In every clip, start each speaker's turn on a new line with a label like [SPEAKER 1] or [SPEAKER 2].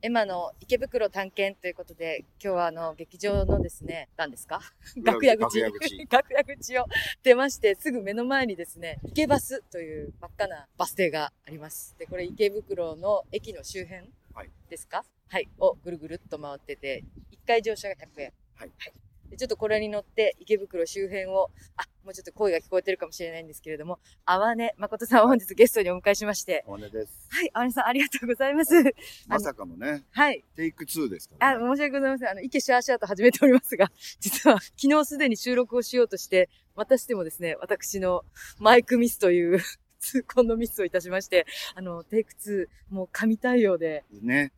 [SPEAKER 1] エマの池袋探検ということで、今日はあの、劇場のですね、何ですか
[SPEAKER 2] 裏
[SPEAKER 1] 楽
[SPEAKER 2] 口
[SPEAKER 1] 屋口。
[SPEAKER 2] 楽屋口
[SPEAKER 1] 楽屋口を出まして、すぐ目の前にですね、池バスという真っ赤なバス停があります。で、これ池袋の駅の周辺
[SPEAKER 2] はい
[SPEAKER 1] ですかはい。をぐるぐるっと回ってて、1回乗車が100円。
[SPEAKER 2] はい。
[SPEAKER 1] でちょっとこれに乗って池袋周辺を、あ、もうちょっと声が聞こえてるかもしれないんですけれども、あわね誠さんを本日ゲストにお迎えしまして、
[SPEAKER 2] おねです。
[SPEAKER 1] はい、あわねさんありがとうございます。
[SPEAKER 2] まさかのね、
[SPEAKER 1] はい。
[SPEAKER 2] テイク2ですか
[SPEAKER 1] あ、
[SPEAKER 2] ら、ね。
[SPEAKER 1] 申し訳ございません。あの、池シャーシャーと始めておりますが、 実は昨日すでに収録をしようとして、またしてもですね、私のマイクミスという 痛恨のミスをいたしまして、あの、テイク2、もう神対応で、
[SPEAKER 2] ね。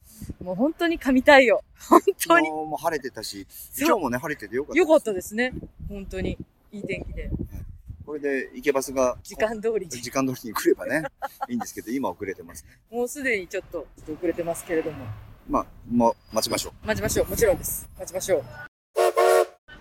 [SPEAKER 1] もう本当に神対応。本当
[SPEAKER 2] 昨日
[SPEAKER 1] に。
[SPEAKER 2] も晴れてたし、
[SPEAKER 1] そう
[SPEAKER 2] 今日もね、晴れててよかった。
[SPEAKER 1] よかったですね。本当に。いい天気で。
[SPEAKER 2] これで、池バスが、
[SPEAKER 1] 時間通りに。
[SPEAKER 2] 時間通りに来ればね、いいんですけど、今遅れてますね。
[SPEAKER 1] もうすでにちょっと、ちょっと遅れてますけれども。
[SPEAKER 2] まあ、もう、待ちましょう。
[SPEAKER 1] 待ちましょう。もちろんです。待ちましょう。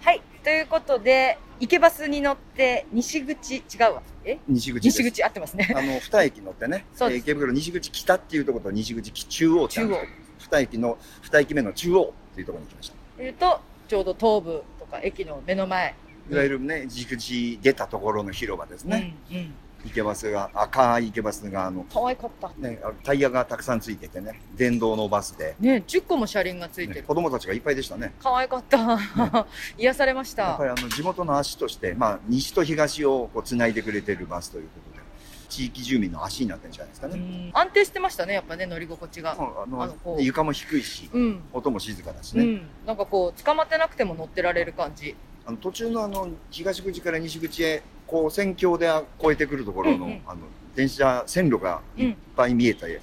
[SPEAKER 1] はい。ということで、池バスに乗って、西口、違うわ。え
[SPEAKER 2] 西口です。
[SPEAKER 1] 西口合ってますね。
[SPEAKER 2] あの、二駅乗ってね、
[SPEAKER 1] そうです
[SPEAKER 2] えー池袋西口北っていうところと西口中央って あ
[SPEAKER 1] 中
[SPEAKER 2] るんで
[SPEAKER 1] 央
[SPEAKER 2] すけど二駅の、二駅目の中央っていうところに来ました。
[SPEAKER 1] 言うとちょうど東部とか駅の目の前
[SPEAKER 2] いわゆるね、西口出たところの広場ですね。、
[SPEAKER 1] うんうん、
[SPEAKER 2] 池バスが、赤い池バスが、あの、
[SPEAKER 1] 可愛かった
[SPEAKER 2] ね、あのタイヤがたくさんついててね、電動のバスで、
[SPEAKER 1] ね10個も車輪がついて
[SPEAKER 2] ね
[SPEAKER 1] る、
[SPEAKER 2] 子供たちがいっぱいでしたね。
[SPEAKER 1] 可愛かった、 癒されまし
[SPEAKER 2] やったぱりあの地元の足として、まあ、西と東をこう繋いでくれてるバスということで、地域住民の足になってるんじゃないですか
[SPEAKER 1] う
[SPEAKER 2] ね。
[SPEAKER 1] ん安定してましたねやっぱね乗り心地が
[SPEAKER 2] もうあの
[SPEAKER 1] あのこう
[SPEAKER 2] 床も低いし、
[SPEAKER 1] うん、
[SPEAKER 2] 音も静かだし
[SPEAKER 1] う
[SPEAKER 2] ね。
[SPEAKER 1] ん、なんかこう捕まってなくても乗ってられる感じ
[SPEAKER 2] あの途中のあの東口から西口へ、こう線橋で越えてくるところの、
[SPEAKER 1] うんうん
[SPEAKER 2] あの電車、線路がいっぱい見えたり、
[SPEAKER 1] うん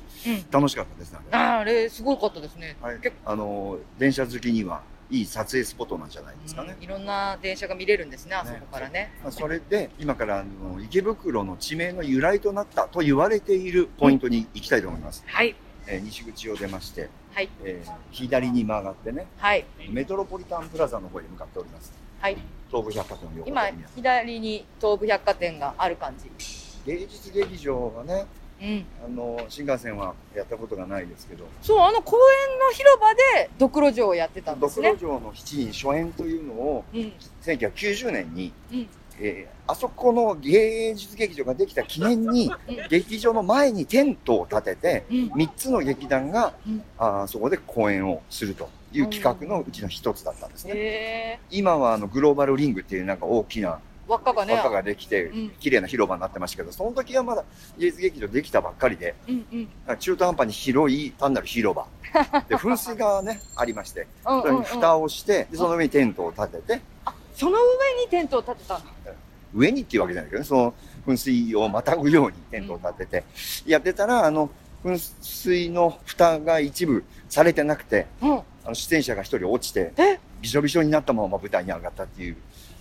[SPEAKER 2] 楽しかったですね。あ
[SPEAKER 1] あ
[SPEAKER 2] れ
[SPEAKER 1] ーあれすごかったですね、
[SPEAKER 2] はい
[SPEAKER 1] 結構、
[SPEAKER 2] あの電車好きにはいい撮影スポットなんじゃないですかね。
[SPEAKER 1] うんいろんな電車が見れるんですねあそこからね
[SPEAKER 2] まあ、それで今からあの池袋の地名の由来となったと言われているポイントに行きたいと思います、
[SPEAKER 1] はい
[SPEAKER 2] えー西口を出まして、
[SPEAKER 1] はい
[SPEAKER 2] えー左に曲がってね
[SPEAKER 1] はい
[SPEAKER 2] メトロポリタンプラザの方へ向かっております
[SPEAKER 1] はい
[SPEAKER 2] 東武百貨店の横
[SPEAKER 1] 今
[SPEAKER 2] にある
[SPEAKER 1] 左に東武百貨店がある感じ
[SPEAKER 2] 芸術劇場はね
[SPEAKER 1] うん
[SPEAKER 2] あの新幹線はやったことがないですけど
[SPEAKER 1] そう、あの公園の広場でドクロ城をやってたんで
[SPEAKER 2] ド
[SPEAKER 1] す
[SPEAKER 2] ク
[SPEAKER 1] ね
[SPEAKER 2] ロ。城の七人初演というのを
[SPEAKER 1] うん、
[SPEAKER 2] 1990年に、
[SPEAKER 1] うん
[SPEAKER 2] えーあそこの芸術劇場ができた記念に、
[SPEAKER 1] うん
[SPEAKER 2] 劇場の前にテントを建てて
[SPEAKER 1] うん、
[SPEAKER 2] 3つの劇団が、
[SPEAKER 1] うん
[SPEAKER 2] あーそこで公演をするという企画のうちの一つだったんですね、
[SPEAKER 1] へえ、
[SPEAKER 2] 今はあのグローバルリングっていうなんか大きな
[SPEAKER 1] 輪っかがね。
[SPEAKER 2] 赤ができて
[SPEAKER 1] うん
[SPEAKER 2] 綺麗な広場になってましたけどその時はまだ芸術劇場できたばっかりで
[SPEAKER 1] うんうん、
[SPEAKER 2] 中途半端に広い単なる広 場で噴水がねありまして
[SPEAKER 1] うん
[SPEAKER 2] そうれ
[SPEAKER 1] んう
[SPEAKER 2] に
[SPEAKER 1] ん。
[SPEAKER 2] 蓋をしてでその上にテントを立てて
[SPEAKER 1] その上にテントを建てたんだ。
[SPEAKER 2] 上にっていうわけじゃないけどねその噴水をまたぐようにテントを立ててやってたらあの噴水の蓋が一部されてなくて
[SPEAKER 1] うん、
[SPEAKER 2] あの出演者が一人落ちて
[SPEAKER 1] え
[SPEAKER 2] びしょびしょになったまま舞台に上がったっていう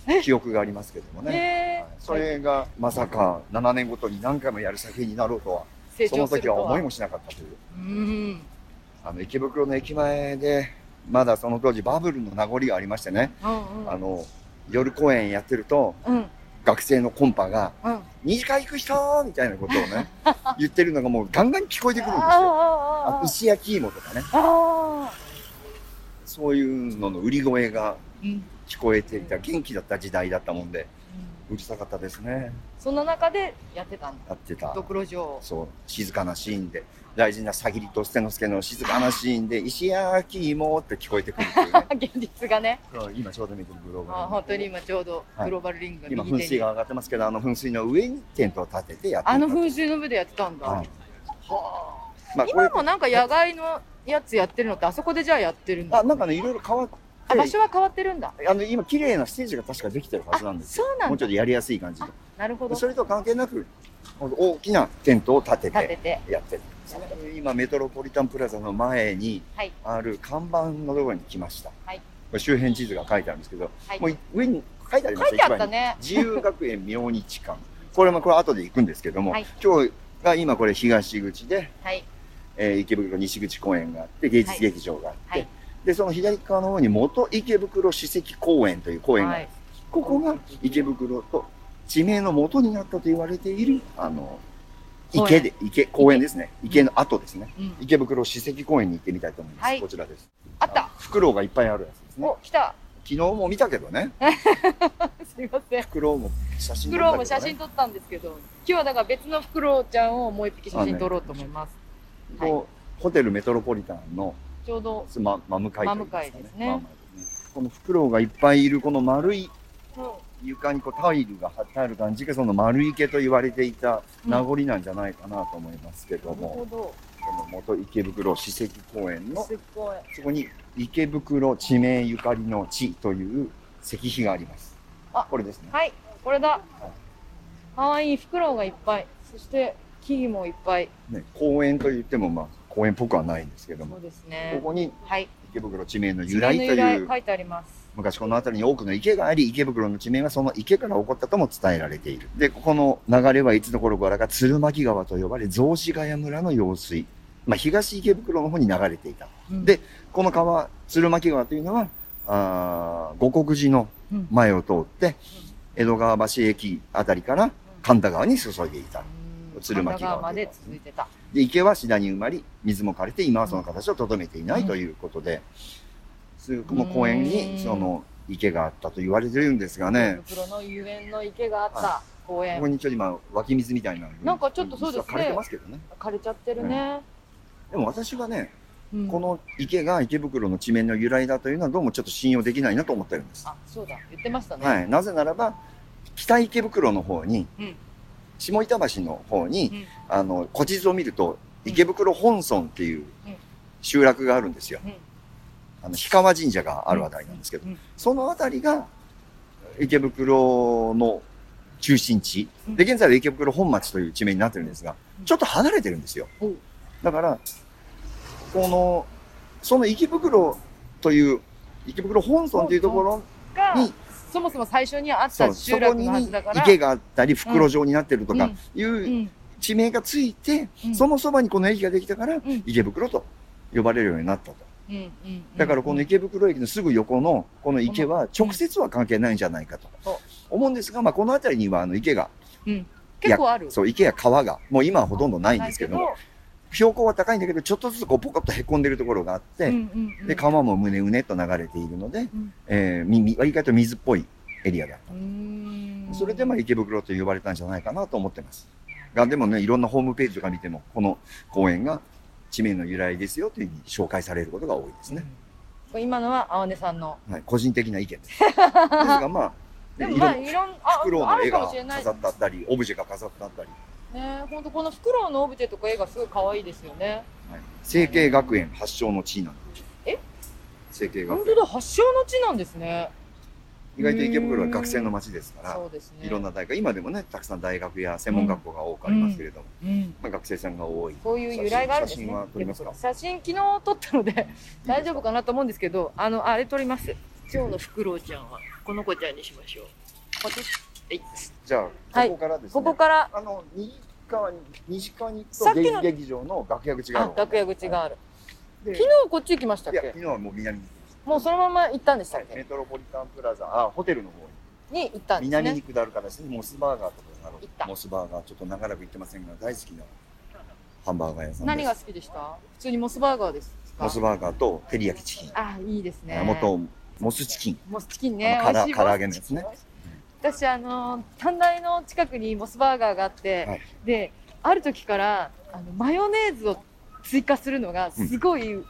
[SPEAKER 1] え
[SPEAKER 2] 記憶がありますけどもね、
[SPEAKER 1] へえ
[SPEAKER 2] はい、それがまさか7年ごとに何回もやる作品になろうとは
[SPEAKER 1] 成
[SPEAKER 2] その
[SPEAKER 1] 長する
[SPEAKER 2] 時
[SPEAKER 1] と
[SPEAKER 2] は
[SPEAKER 1] は。
[SPEAKER 2] 思いもしなかったという
[SPEAKER 1] うん、
[SPEAKER 2] あの池袋の駅前でまだその当時バブルの名残がありましてね
[SPEAKER 1] うん、うん、
[SPEAKER 2] あの夜公演やってると
[SPEAKER 1] うん、
[SPEAKER 2] 学生のコンパが
[SPEAKER 1] うん。あ
[SPEAKER 2] 「二次会行く人!」みたいなことを ね言ってるのがもうガンガン聞こえてくるんですよ。あ
[SPEAKER 1] ああああ
[SPEAKER 2] 牛焼き芋とかね
[SPEAKER 1] ああ、
[SPEAKER 2] そういうのの売り声が
[SPEAKER 1] うん、うん。
[SPEAKER 2] 聞こえていた元気だった時代だったもんでうるさかったですね
[SPEAKER 1] その中でやってたんだ。
[SPEAKER 2] やってた
[SPEAKER 1] ドクロ城。
[SPEAKER 2] そう静かなシーンで大事なさぎりと捨ての助の静かなシーンで石焼き芋って聞こえてくるっていうね
[SPEAKER 1] 現実がね、
[SPEAKER 2] そう今ちょうど見てるグローバル
[SPEAKER 1] あ本当に今ちょうど
[SPEAKER 2] はい
[SPEAKER 1] グローバルリング
[SPEAKER 2] 今
[SPEAKER 1] の
[SPEAKER 2] 噴
[SPEAKER 1] 右手
[SPEAKER 2] 水
[SPEAKER 1] に。
[SPEAKER 2] が上がってますけどあの噴水の上にテントを立ててやっていた
[SPEAKER 1] あの噴水の上でやってたんだ。
[SPEAKER 2] はい
[SPEAKER 1] はあ。
[SPEAKER 2] まあこ
[SPEAKER 1] 今
[SPEAKER 2] れ
[SPEAKER 1] もなんか野外のやつやってるのってあそこでじゃあやってるんだ
[SPEAKER 2] あなんかねいろいろ変わって
[SPEAKER 1] あ場所は変わってるんだ
[SPEAKER 2] あの今綺麗なステージが確かできてるはずなんです
[SPEAKER 1] そうな
[SPEAKER 2] も
[SPEAKER 1] ん
[SPEAKER 2] うち
[SPEAKER 1] だ
[SPEAKER 2] ょっとやりやすい感じで
[SPEAKER 1] なるほど立
[SPEAKER 2] それと関係なく大きなテントを立て
[SPEAKER 1] て
[SPEAKER 2] て
[SPEAKER 1] て
[SPEAKER 2] やってるんですね今メトロポリタンプラザの前に
[SPEAKER 1] はい
[SPEAKER 2] ある看板のところに来ました、
[SPEAKER 1] はい
[SPEAKER 2] これ周辺地図が書いてあるんですけど、
[SPEAKER 1] はい
[SPEAKER 2] もう上に書いてありま
[SPEAKER 1] 書
[SPEAKER 2] し
[SPEAKER 1] いて
[SPEAKER 2] た
[SPEAKER 1] あったね
[SPEAKER 2] 一番に自由学園明日館これもこれ後で行くんですけども、
[SPEAKER 1] はい
[SPEAKER 2] 今日が今これ東口で、
[SPEAKER 1] はい
[SPEAKER 2] えー池袋西口公園があって芸術劇場があって、
[SPEAKER 1] はいはい
[SPEAKER 2] でその左側の方に元池袋史跡公園という公園がある、
[SPEAKER 1] はい
[SPEAKER 2] ここが池袋と地名の元になったと言われているあの池で、池、公園ですね。池の後ですね。
[SPEAKER 1] うん。
[SPEAKER 2] 池袋史跡公園に行ってみたいと思います。
[SPEAKER 1] はい
[SPEAKER 2] こちらです。
[SPEAKER 1] あった
[SPEAKER 2] フクロウがいっぱいあるやつですね。
[SPEAKER 1] お、来た
[SPEAKER 2] 昨日も見たけどね。
[SPEAKER 1] すいません。
[SPEAKER 2] フクロウも写真
[SPEAKER 1] フク
[SPEAKER 2] 撮ったけどね
[SPEAKER 1] ロウも写真撮ったんですけど、今日はだから別のフクロウちゃんをもう一匹写真撮ろうと思います。はい
[SPEAKER 2] こうホテルメトロポリタンの
[SPEAKER 1] ちょうど、
[SPEAKER 2] ま真向かいといい
[SPEAKER 1] 真
[SPEAKER 2] まか
[SPEAKER 1] 向かいですね
[SPEAKER 2] 真向かいですねこのフクロウがいっぱいいるこの丸い
[SPEAKER 1] うん
[SPEAKER 2] 床にこうタイルが張ってある感じがその丸池と言われていた名残なんじゃないかなと思いますけど
[SPEAKER 1] なる
[SPEAKER 2] も、
[SPEAKER 1] ほど。
[SPEAKER 2] この元池袋史跡公園の
[SPEAKER 1] すっごい。
[SPEAKER 2] そこに池袋地名ゆかりの地という石碑があります。
[SPEAKER 1] あ
[SPEAKER 2] これですね。
[SPEAKER 1] はい、これだ。かわいいフクロウがいっぱい。そして、木々もいっぱい。
[SPEAKER 2] ね公園と言ってもまあ公園っぽくはないんですけど
[SPEAKER 1] そ
[SPEAKER 2] も
[SPEAKER 1] う、です
[SPEAKER 2] こ
[SPEAKER 1] ね。
[SPEAKER 2] こに
[SPEAKER 1] はい。
[SPEAKER 2] 池袋地名の由来と
[SPEAKER 1] 地名の
[SPEAKER 2] い
[SPEAKER 1] 由来
[SPEAKER 2] う
[SPEAKER 1] 書いてあります。
[SPEAKER 2] 昔この辺りに多くの池があり、池袋の地名はその池から起こったとも伝えられている。で、ここの流れはいつの頃からか鶴巻川と呼ばれ、雑司ヶ谷村の用水。まあ、東池袋の方に流れていた。
[SPEAKER 1] うん
[SPEAKER 2] でこの川、鶴巻川というのは、あー五国寺の
[SPEAKER 1] うん
[SPEAKER 2] 前を通って、江戸川橋駅あたりから神田川に注いでいた。
[SPEAKER 1] うん
[SPEAKER 2] 鶴巻川
[SPEAKER 1] 神田まで続いてた。
[SPEAKER 2] で、池は次第に埋まり、水も枯れて、今はその形をとどめていないということで、すこの公園
[SPEAKER 1] う
[SPEAKER 2] に
[SPEAKER 1] ん
[SPEAKER 2] その池があったと言われてるんですがね、
[SPEAKER 1] 池袋の遊園の池があっ
[SPEAKER 2] は
[SPEAKER 1] た公
[SPEAKER 2] ここ
[SPEAKER 1] 園。
[SPEAKER 2] にちょっと今、湧き水みたいなのが
[SPEAKER 1] なんかちょっとそうですね
[SPEAKER 2] 実は枯れてますけどね。
[SPEAKER 1] 枯れちゃってるね。
[SPEAKER 2] でも私はね、
[SPEAKER 1] うん
[SPEAKER 2] この池が池袋の地名の由来だというのはどうもちょっと信用できないなと思ってるんです。
[SPEAKER 1] あ、そうだ。言ってましたね。
[SPEAKER 2] はい、なぜならば北池袋の方に、
[SPEAKER 1] うん
[SPEAKER 2] 下板橋の方に、
[SPEAKER 1] うん
[SPEAKER 2] あの古地図を見ると池袋本村っていう
[SPEAKER 1] うん
[SPEAKER 2] 集落があるんですよ、
[SPEAKER 1] うん
[SPEAKER 2] あの氷川神社があるあたりなんですけど、
[SPEAKER 1] うん
[SPEAKER 2] そのあたりが池袋の中心地、
[SPEAKER 1] うん
[SPEAKER 2] で現在は池袋本町という地名になってるんですが、
[SPEAKER 1] うん
[SPEAKER 2] ちょっと離れてるんですよ、
[SPEAKER 1] おう
[SPEAKER 2] だからこのその池袋という池袋本村というところ
[SPEAKER 1] が
[SPEAKER 2] に
[SPEAKER 1] そもそも最初にあっ
[SPEAKER 2] そ
[SPEAKER 1] た
[SPEAKER 2] う
[SPEAKER 1] 集
[SPEAKER 2] そこ
[SPEAKER 1] 落
[SPEAKER 2] に
[SPEAKER 1] のはずだから。
[SPEAKER 2] 池があったり袋状になってるとかい
[SPEAKER 1] うん
[SPEAKER 2] う
[SPEAKER 1] う
[SPEAKER 2] うん地名がついて、
[SPEAKER 1] うん
[SPEAKER 2] そのそばにこの駅ができたから
[SPEAKER 1] ん
[SPEAKER 2] 池袋と呼ばれるようになったと。
[SPEAKER 1] うんうん
[SPEAKER 2] だからこの池袋駅のすぐ横のこの池は直接は関係ないんじゃないかと
[SPEAKER 1] そう
[SPEAKER 2] 思うんですが、まあこの辺りにはあの池が、
[SPEAKER 1] 結構ある。
[SPEAKER 2] そう池や川が、もう今はほとんどないんですけど
[SPEAKER 1] な
[SPEAKER 2] も、標高は高いんだけど、ちょっとずつこうポコッと凹んでるところがあっ
[SPEAKER 1] いけど
[SPEAKER 2] て、
[SPEAKER 1] うんうんうん
[SPEAKER 2] で川もむねうねっと流れているので
[SPEAKER 1] ん、
[SPEAKER 2] えーみみ意外と水っぽいエリアだ
[SPEAKER 1] うーん
[SPEAKER 2] それでまあ池袋と呼ばれたんじゃないかなと思ってます。が、でもね、いろんなホームページとか見ても、この公園が地名の由来ですよというふうに紹介されることが多いですね。
[SPEAKER 1] 今のは青根さんの。
[SPEAKER 2] はい、個人的な意見です。ですが、まあ、
[SPEAKER 1] で
[SPEAKER 2] ね
[SPEAKER 1] も
[SPEAKER 2] いろ
[SPEAKER 1] まあ
[SPEAKER 2] んな
[SPEAKER 1] いろん
[SPEAKER 2] フクロウ
[SPEAKER 1] ああ
[SPEAKER 2] の絵
[SPEAKER 1] るか
[SPEAKER 2] が
[SPEAKER 1] もしれない
[SPEAKER 2] 飾ってあったり、オブジェが飾ってあったり、
[SPEAKER 1] ね。本当このフクロウのオブジェとか絵がすごい可愛いですよね。
[SPEAKER 2] はい、成形学園発祥の地なんで。
[SPEAKER 1] え
[SPEAKER 2] 成形
[SPEAKER 1] 本
[SPEAKER 2] 学
[SPEAKER 1] 当
[SPEAKER 2] 園。
[SPEAKER 1] だ発祥の地なんですね。
[SPEAKER 2] 意外と池袋は学生の街ですから、
[SPEAKER 1] そうですね。
[SPEAKER 2] いろんな大学、今でもね、たくさん大学や専門学校が多くありますけれども、
[SPEAKER 1] うん。
[SPEAKER 2] まあ、学生さんが多い。
[SPEAKER 1] そういう由来があるんですね。
[SPEAKER 2] 写真は撮りますか
[SPEAKER 1] 写真昨日撮ったので大丈夫かなと思うんですけど、あのあれ撮ります。今日のフクロウちゃんはこの子ちゃんにしましょう。こっちはい
[SPEAKER 2] じゃあ、ここからですね。
[SPEAKER 1] ここから
[SPEAKER 2] あの右側に西側に
[SPEAKER 1] さ
[SPEAKER 2] 行
[SPEAKER 1] っき
[SPEAKER 2] く
[SPEAKER 1] の
[SPEAKER 2] と劇場の楽屋口があ
[SPEAKER 1] あ
[SPEAKER 2] る
[SPEAKER 1] 楽屋口が
[SPEAKER 2] あ
[SPEAKER 1] ある。
[SPEAKER 2] る
[SPEAKER 1] 昨日こっち行きましたっ
[SPEAKER 2] いや昨
[SPEAKER 1] け？
[SPEAKER 2] 日はもう南に行きまし
[SPEAKER 1] もうそのまま行ったんでしたたっ
[SPEAKER 2] はいメ
[SPEAKER 1] け？
[SPEAKER 2] トロポリタンプラザあホテルの方に
[SPEAKER 1] に行ったんです
[SPEAKER 2] 南
[SPEAKER 1] ね
[SPEAKER 2] に。下る形でモスバーガーとかがあ
[SPEAKER 1] 行っ
[SPEAKER 2] る
[SPEAKER 1] た
[SPEAKER 2] モスバーガーちょっと長らく行ってませんが大好きなハンバーガー屋さんです
[SPEAKER 1] 何が好きでした？普通にモスバーガーですか。
[SPEAKER 2] モスバーガーと照り焼きチキン、
[SPEAKER 1] あいいですね。
[SPEAKER 2] あ元モスチキン
[SPEAKER 1] モスチキンね。
[SPEAKER 2] あの
[SPEAKER 1] 美味しい
[SPEAKER 2] 唐揚げのやつね。
[SPEAKER 1] モスチキン私あの短大の近くにモスバーガーがあって、
[SPEAKER 2] はい
[SPEAKER 1] である時からあのマヨネーズを追加するのがすごい、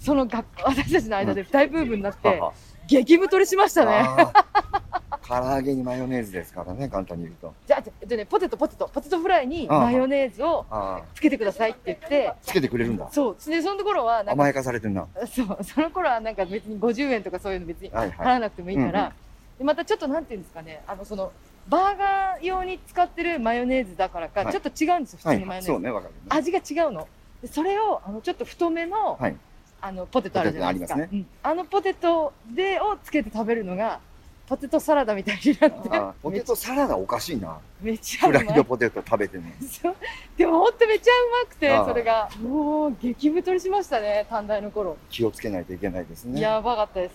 [SPEAKER 1] その学私たちの間で大ブームになって、
[SPEAKER 2] はは
[SPEAKER 1] 激太りしましたね。
[SPEAKER 2] あー唐揚げにマヨネーズですからね簡単に言うと
[SPEAKER 1] じゃあじゃあじゃあねポテトポテトポテトフライに
[SPEAKER 2] あー
[SPEAKER 1] マヨネーズを
[SPEAKER 2] あ
[SPEAKER 1] つけてくださいって言って
[SPEAKER 2] ーつけてくれるんだ
[SPEAKER 1] そうでそのところはなんか
[SPEAKER 2] 甘やかされてんな
[SPEAKER 1] そうその頃はなんか別に50円とかそういうの別に
[SPEAKER 2] はい
[SPEAKER 1] 払
[SPEAKER 2] はい
[SPEAKER 1] わなくてもいいから、
[SPEAKER 2] うんうん
[SPEAKER 1] でまたちょっとなんていうんですかねあのそのバーガー用に使ってるマヨネーズだからか、
[SPEAKER 2] はい
[SPEAKER 1] ちょっと違うんですよ普
[SPEAKER 2] は
[SPEAKER 1] 通のマヨネー
[SPEAKER 2] い
[SPEAKER 1] ズ、
[SPEAKER 2] そうねわかるね
[SPEAKER 1] 味が違うのでそれをあのちょっと太めの,、
[SPEAKER 2] はい
[SPEAKER 1] あのポテトあるじゃないですか
[SPEAKER 2] ポテトあ
[SPEAKER 1] うんあのポテトでをつけて食べるのがポテトサラダみたいに なって
[SPEAKER 2] あーポテトサラダおかしいな。
[SPEAKER 1] めちゃ
[SPEAKER 2] フ
[SPEAKER 1] うま
[SPEAKER 2] ラ
[SPEAKER 1] い
[SPEAKER 2] イドポテト食べてね。
[SPEAKER 1] そうでもほんとめちゃうまくて
[SPEAKER 2] あー
[SPEAKER 1] それがもう激太りしましたね短大の頃、
[SPEAKER 2] 気をつけないといけないですね。
[SPEAKER 1] やばかったです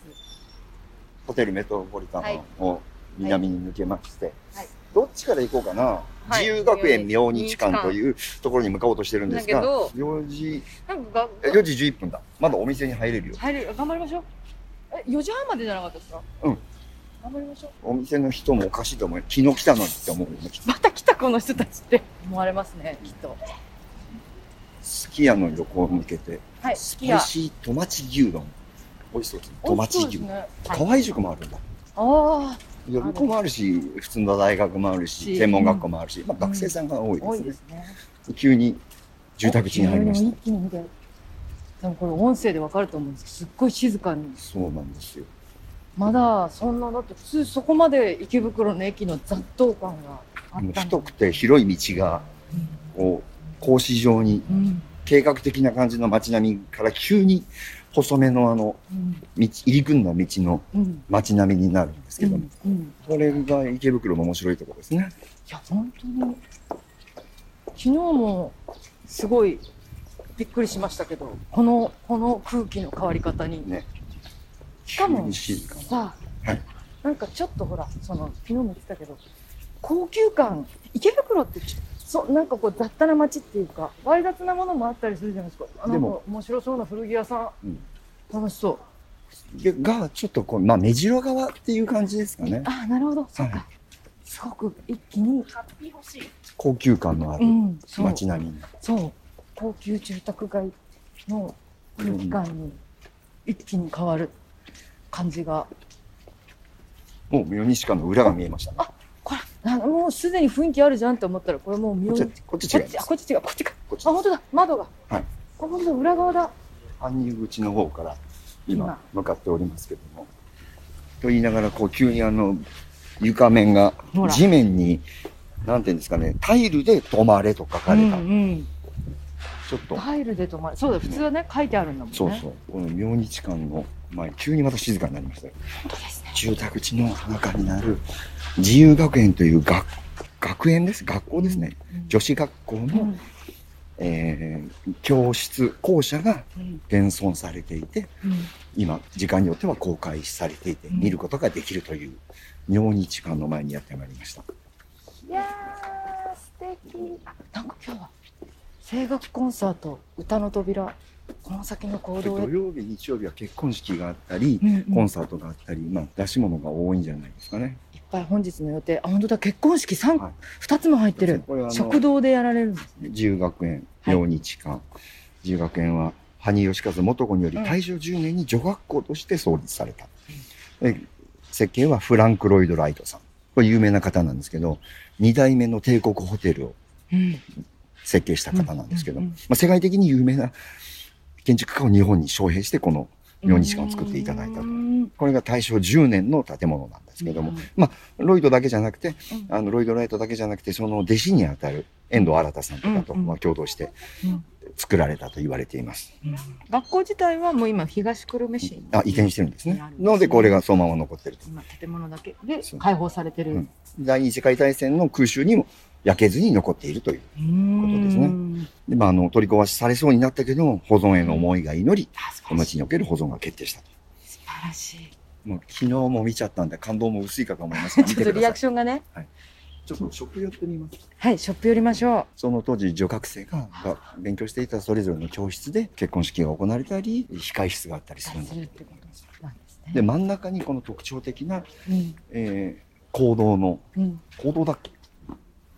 [SPEAKER 2] ホテルメトロポリタンを南に抜けまして
[SPEAKER 1] はい。
[SPEAKER 2] どっちから行こうかな。
[SPEAKER 1] はい
[SPEAKER 2] 自由学園明日館と
[SPEAKER 1] う
[SPEAKER 2] いうところに向かおうとしてるんで
[SPEAKER 1] だ
[SPEAKER 2] す
[SPEAKER 1] け
[SPEAKER 2] が、
[SPEAKER 1] ど、
[SPEAKER 2] 4時、
[SPEAKER 1] なんか
[SPEAKER 2] え4時11分だ。まだお店に入れるよ。
[SPEAKER 1] 入る頑張りましょう。え、4時半までじゃなかったですか
[SPEAKER 2] うん。
[SPEAKER 1] 頑張りましょう。
[SPEAKER 2] お店の人もおかしいと思うよ。昨日来たのにって思うよね。
[SPEAKER 1] また来たこの人たちって思われますね、きっと。
[SPEAKER 2] すき家の横を向けて、
[SPEAKER 1] はい、
[SPEAKER 2] ス
[SPEAKER 1] 好き
[SPEAKER 2] パ
[SPEAKER 1] や
[SPEAKER 2] イ。シートマチ牛丼。美味しそうですね。トマチ
[SPEAKER 1] 美味
[SPEAKER 2] 牛
[SPEAKER 1] しそうです
[SPEAKER 2] 丼。
[SPEAKER 1] ねはい、
[SPEAKER 2] 河合塾もあるんだ。
[SPEAKER 1] あ
[SPEAKER 2] 予備校もあるし、普通の大学もあるし、
[SPEAKER 1] し
[SPEAKER 2] 専門学校もあるし、まあ、
[SPEAKER 1] ん
[SPEAKER 2] 学生さんが多い
[SPEAKER 1] あ、多い
[SPEAKER 2] で
[SPEAKER 1] ですすね。
[SPEAKER 2] ね。急に住宅地に入りまし
[SPEAKER 1] 一
[SPEAKER 2] た。
[SPEAKER 1] 気に見て。でもこれ音声でわかると思うんですけど、すっごい静かに。
[SPEAKER 2] そうなんですよ。
[SPEAKER 1] まだそんな、だって普通そこまで池袋の駅の雑踏感があったのに
[SPEAKER 2] 太くて広い道が、こう、格子状に、
[SPEAKER 1] うん。
[SPEAKER 2] 計画的な感じの街並みから急に細めのあの、
[SPEAKER 1] うん。
[SPEAKER 2] 道、入り組んだ道の
[SPEAKER 1] うん。
[SPEAKER 2] 街並みになるんですけ
[SPEAKER 1] う
[SPEAKER 2] ども、
[SPEAKER 1] ん。うん
[SPEAKER 2] これが池袋の面白いところですね。
[SPEAKER 1] いや、本当に。昨日もすごいびっくりしましたけど、この、この空気の変わり方に。
[SPEAKER 2] ね。
[SPEAKER 1] しか
[SPEAKER 2] 急
[SPEAKER 1] も
[SPEAKER 2] に静かな。
[SPEAKER 1] さあ、
[SPEAKER 2] はい
[SPEAKER 1] なんかちょっとほらその昨日も言ってたけど高級感池袋ってちょそうなんかこう雑多な街っていうかわい雑なものもあったりするじゃないですかあ
[SPEAKER 2] で
[SPEAKER 1] なんか
[SPEAKER 2] も
[SPEAKER 1] 面白そうな古着屋さん、
[SPEAKER 2] うん
[SPEAKER 1] 楽しそう
[SPEAKER 2] でが、ちょっとこう、まあ、目白側っていう感じですかね。
[SPEAKER 1] あなるほどそうか、
[SPEAKER 2] は
[SPEAKER 1] すごく一気に
[SPEAKER 2] 高級感のあ
[SPEAKER 1] う
[SPEAKER 2] る
[SPEAKER 1] んそう
[SPEAKER 2] 街並み。
[SPEAKER 1] そう高級住宅街の空気感に一気に変わる感じが、
[SPEAKER 2] もう、ミニシカの裏が見えましたね。
[SPEAKER 1] これなんかもうすでに雰囲気あるじゃんって思ったらこれもう
[SPEAKER 2] こ
[SPEAKER 1] 妙
[SPEAKER 2] っち
[SPEAKER 1] に
[SPEAKER 2] は、こっち
[SPEAKER 1] こ
[SPEAKER 2] 違
[SPEAKER 1] っ
[SPEAKER 2] いま
[SPEAKER 1] ちあ
[SPEAKER 2] す。
[SPEAKER 1] こっち違うこっちか
[SPEAKER 2] こっち
[SPEAKER 1] あ、本当だ、窓が。
[SPEAKER 2] は
[SPEAKER 1] あ、
[SPEAKER 2] い
[SPEAKER 1] 本当だ、裏側だ。
[SPEAKER 2] 搬入口の方から今
[SPEAKER 1] 今
[SPEAKER 2] 向かっておりますけども。と言いながら、こう急にあの、床面が
[SPEAKER 1] ほら
[SPEAKER 2] 地面に、なんていうんですかね、タイルで止まれと書かれた。
[SPEAKER 1] ん
[SPEAKER 2] ちょっ
[SPEAKER 1] うん。
[SPEAKER 2] と、
[SPEAKER 1] タイルで止まる。そうだ、普通はね、書いてあるんだもんね。
[SPEAKER 2] そうそう。この明日館の前、急にまた静かになりましたよ。
[SPEAKER 1] 本当ですね。
[SPEAKER 2] 住宅地の中になる自由学園という学、学園です。学校ですね。
[SPEAKER 1] うん
[SPEAKER 2] 女子学校の、えー教室、校舎が
[SPEAKER 1] うん
[SPEAKER 2] 現存されていて、
[SPEAKER 1] うん
[SPEAKER 2] 今、時間によっては公開されていて、
[SPEAKER 1] うん
[SPEAKER 2] 見ることができるという、明日館の前にやってまいりました。
[SPEAKER 1] いやー、素敵。あなんか今日は、声楽コンサート、歌の扉、この先の行
[SPEAKER 2] で
[SPEAKER 1] 動
[SPEAKER 2] 土
[SPEAKER 1] へ。
[SPEAKER 2] 曜日、日曜日は結婚式があったり、
[SPEAKER 1] うん
[SPEAKER 2] コ
[SPEAKER 1] うん、
[SPEAKER 2] ン
[SPEAKER 1] い
[SPEAKER 2] サートがあったり、まあ、出し物が多いんじゃないですかね。
[SPEAKER 1] っぱい本日の予定あ本当だ結婚式三、
[SPEAKER 2] はい
[SPEAKER 1] 二つも入ってる
[SPEAKER 2] これはあの
[SPEAKER 1] 食堂でやられるんですね
[SPEAKER 2] 自由学園、
[SPEAKER 1] はい
[SPEAKER 2] 明日館。自由学園は、羽生義和元子により
[SPEAKER 1] うん
[SPEAKER 2] 大正10年に女学校として創立された。で設計はフランク・ロイド・ライトさん。これ有名な方なんですけど、2代目の帝国ホテルを
[SPEAKER 1] うん
[SPEAKER 2] 設計した方なんですけど、
[SPEAKER 1] うんうん
[SPEAKER 2] まあ、世界的に有名な建築家を日本に招聘してこの明日館を作っていただいたと
[SPEAKER 1] うん
[SPEAKER 2] これが大正10年の建物なんですけども、ロイドだけじゃなくて
[SPEAKER 1] うん
[SPEAKER 2] あのロイド・ライトだけじゃなくてその弟子にあたる遠藤新さんとかと、
[SPEAKER 1] うんうん
[SPEAKER 2] まあ、共同して
[SPEAKER 1] うん
[SPEAKER 2] 作られたと言われています、
[SPEAKER 1] 学校自体はもう今東久留米市に
[SPEAKER 2] あ移転してるんですね
[SPEAKER 1] なるほど
[SPEAKER 2] なのでこれがそのまま残ってると
[SPEAKER 1] 今建物だけで
[SPEAKER 2] そう
[SPEAKER 1] 開放されてる
[SPEAKER 2] うん第二次世界大戦の空襲にも焼けずに残っているということですね
[SPEAKER 1] ね。
[SPEAKER 2] で、まあ、あの取り壊しされそうになったけど保存への思いが祈り
[SPEAKER 1] あ素
[SPEAKER 2] こ
[SPEAKER 1] 晴
[SPEAKER 2] の
[SPEAKER 1] らしい
[SPEAKER 2] 地における保存が決定した
[SPEAKER 1] 素晴らしい。
[SPEAKER 2] もう昨日も見ちゃったんで感動も薄いかと思いますが、
[SPEAKER 1] ちょ
[SPEAKER 2] 見て
[SPEAKER 1] っと
[SPEAKER 2] くだ
[SPEAKER 1] リ
[SPEAKER 2] さ
[SPEAKER 1] ア
[SPEAKER 2] い
[SPEAKER 1] ク。ションがね。
[SPEAKER 2] ちょっと食寄ってみます。
[SPEAKER 1] はい、ショップ寄りましょ
[SPEAKER 2] その当時、女学生がが勉強していたそれぞれの教室で結婚式が行われたり、控え室があったり
[SPEAKER 1] う。
[SPEAKER 2] するんだ
[SPEAKER 1] するってことなんですね。
[SPEAKER 2] で、真ん中にこの特徴的な、
[SPEAKER 1] うん、
[SPEAKER 2] えー、行動の、
[SPEAKER 1] うん、
[SPEAKER 2] 行動だっけ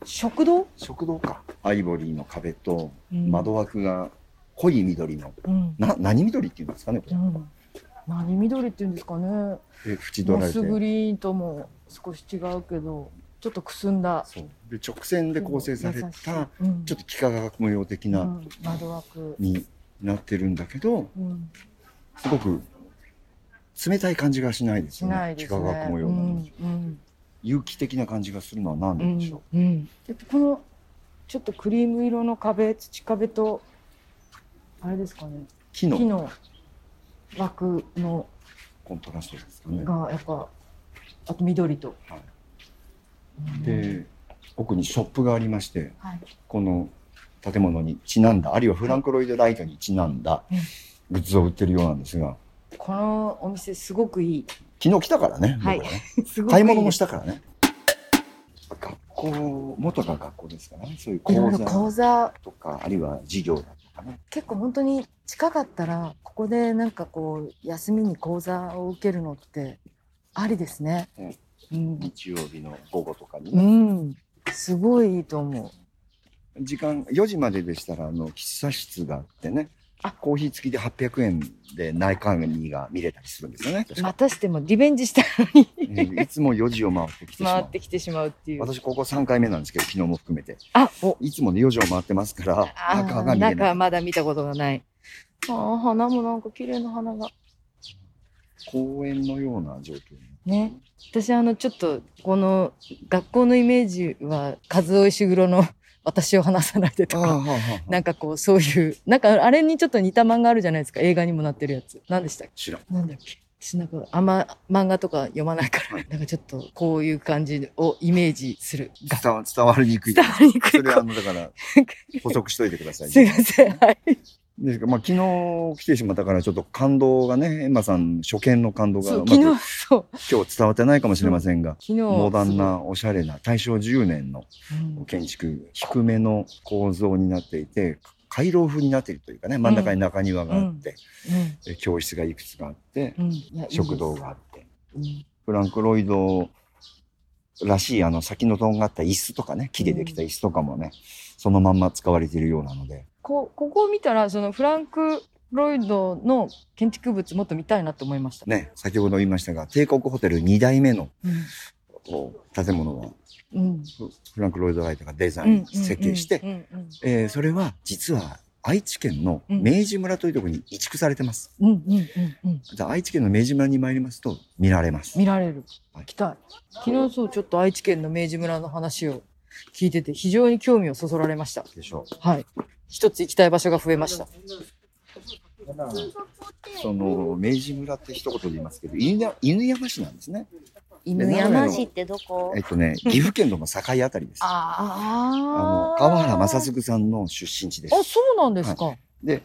[SPEAKER 1] 食堂、
[SPEAKER 2] 食堂か。アイボリーの壁と
[SPEAKER 1] うん、
[SPEAKER 2] 窓枠が濃い緑の、
[SPEAKER 1] うん、
[SPEAKER 2] な、何緑っていうんですかね、こ
[SPEAKER 1] う
[SPEAKER 2] れ
[SPEAKER 1] ん、何緑っていうんですかね。
[SPEAKER 2] で縁取ら
[SPEAKER 1] モ
[SPEAKER 2] れて
[SPEAKER 1] ス。グリーンとも少し違うけど、ちょっとくすんだ。
[SPEAKER 2] そう。で、直線で構成され
[SPEAKER 1] 優しい
[SPEAKER 2] た、、
[SPEAKER 1] うん、
[SPEAKER 2] ちょっと幾何学模様的
[SPEAKER 1] う
[SPEAKER 2] な、
[SPEAKER 1] ん、窓枠、
[SPEAKER 2] になってるんだけど、
[SPEAKER 1] うん、
[SPEAKER 2] すごく冷たい感じがしないです
[SPEAKER 1] し
[SPEAKER 2] よね。
[SPEAKER 1] ないですね。
[SPEAKER 2] 幾何学模様
[SPEAKER 1] う
[SPEAKER 2] なのに
[SPEAKER 1] ん、うん。
[SPEAKER 2] 有機的な感じがするのは何
[SPEAKER 1] う
[SPEAKER 2] ででしょ
[SPEAKER 1] んうん、でこのちょっとクリーム色の壁土壁とあれですかね
[SPEAKER 2] う。木
[SPEAKER 1] 木
[SPEAKER 2] の
[SPEAKER 1] の枠の
[SPEAKER 2] コントラストですかね。
[SPEAKER 1] がやっぱあと緑と、
[SPEAKER 2] は
[SPEAKER 1] うん
[SPEAKER 2] で、奥にショップがありまして、
[SPEAKER 1] はい
[SPEAKER 2] この建物にちなんだ、あるいはフランク・ロイド・ライトにちなんだ
[SPEAKER 1] うん
[SPEAKER 2] グッズを売ってるようなんですが、
[SPEAKER 1] このお店すごくいい
[SPEAKER 2] 昨日来たからね、
[SPEAKER 1] はい
[SPEAKER 2] 僕らね
[SPEAKER 1] すごくいい
[SPEAKER 2] 買い物もしたたからね。学校校、元が学校ですからね、そういう
[SPEAKER 1] いろ
[SPEAKER 2] 講
[SPEAKER 1] いろ講
[SPEAKER 2] 座
[SPEAKER 1] 座、
[SPEAKER 2] とか、あるいは授業だとかね。
[SPEAKER 1] 結構本当に近かったら、ここでなんかこう、休みに講座を受けるのって、ありですね。うん。
[SPEAKER 2] 日曜日の午後とかに
[SPEAKER 1] う
[SPEAKER 2] ね。
[SPEAKER 1] ん。すごいいいと思う。
[SPEAKER 2] 時間、4時まででしたら、あの、喫茶室があってね、コーヒー付きで800円で内観が見れたりするんですよね。確か
[SPEAKER 1] またしてもリベンジしたのに
[SPEAKER 2] うんいつも4時を回ってきてしま
[SPEAKER 1] 回
[SPEAKER 2] う
[SPEAKER 1] っ。てきてしまうっていう。
[SPEAKER 2] 私、ここ3回目なんですけど、昨日も含めて。
[SPEAKER 1] あ、お、
[SPEAKER 2] いつもね、4時を回ってますから、
[SPEAKER 1] あー
[SPEAKER 2] 中が見え
[SPEAKER 1] 中
[SPEAKER 2] な。
[SPEAKER 1] はいまだ見たことがない。ああ、花もなんか綺麗な花が。
[SPEAKER 2] 公園のような状況に
[SPEAKER 1] ね。私あの、ちょっと、この学校のイメージは、和尾石黒の私を話さないでとか。
[SPEAKER 2] はあ
[SPEAKER 1] なんかこう、そういう、なんかあれにちょっと似た漫画あるじゃないですか。映画にもなってるやつ。何でしたっ
[SPEAKER 2] 知らん。
[SPEAKER 1] けなんだっけ私なんかあんま漫画とか読まないから、なんかちょっとこういう感じをイメージする。
[SPEAKER 2] 伝わ伝わりにくい。
[SPEAKER 1] 伝わりにくい
[SPEAKER 2] それはあの、だから、 補足しといてください、
[SPEAKER 1] すいません。はい。
[SPEAKER 2] ですからまあ、昨日来てしまったから、ちょっと感動がね、エンマさん、初見の感動が
[SPEAKER 1] そうう、
[SPEAKER 2] まく、
[SPEAKER 1] 昨日、そう。
[SPEAKER 2] 今日伝わってないかもしれませんが、
[SPEAKER 1] 昨日。
[SPEAKER 2] モダンな、おしゃれな、大正10年の
[SPEAKER 1] うん
[SPEAKER 2] 建築、低めの構造になっていて、回廊風になっているというかね、真ん中に中庭があって、で教室がいくつかあって、
[SPEAKER 1] うんうんいやいいです
[SPEAKER 2] 食堂があって、
[SPEAKER 1] うん
[SPEAKER 2] フランク・ロイドらしいあの先のとんがった椅子とかね木でできた椅子とかもね、そのまんま使われているようなので
[SPEAKER 1] こここを見たらそのフランク・ロイドの建築物もっと見たいなと思いました、
[SPEAKER 2] ね先ほど言いましたが帝国ホテル2代目の
[SPEAKER 1] う
[SPEAKER 2] お建物は
[SPEAKER 1] ん
[SPEAKER 2] フフランク・ロイド・ライトがデザ
[SPEAKER 1] う
[SPEAKER 2] イン
[SPEAKER 1] ん、
[SPEAKER 2] 設計して、
[SPEAKER 1] うんうん
[SPEAKER 2] えーそれは実は愛知県の
[SPEAKER 1] うん
[SPEAKER 2] 明治村というところに移築されてます、
[SPEAKER 1] うんうんうんうん
[SPEAKER 2] じゃあ愛知県の明治村に参りますと見られます
[SPEAKER 1] 見られる
[SPEAKER 2] はい
[SPEAKER 1] 来たい昨日そうちょっと愛知県の明治村の話を聞いてて非常に興味をそそられました
[SPEAKER 2] でしょ
[SPEAKER 1] はい一つ行きたい場所が増えました
[SPEAKER 2] うただその明治村って一言で言いますけど犬や犬山市なんですね
[SPEAKER 1] 犬
[SPEAKER 3] 犬
[SPEAKER 1] 山
[SPEAKER 3] 山
[SPEAKER 1] 市
[SPEAKER 3] 市ってどこ
[SPEAKER 2] えっとね岐阜県との境あたりですあ
[SPEAKER 1] あ
[SPEAKER 2] の、
[SPEAKER 1] あ
[SPEAKER 2] 川原正
[SPEAKER 1] 嗣
[SPEAKER 2] 嗣さんの出身地です
[SPEAKER 1] あ。そうなんですか、
[SPEAKER 2] で、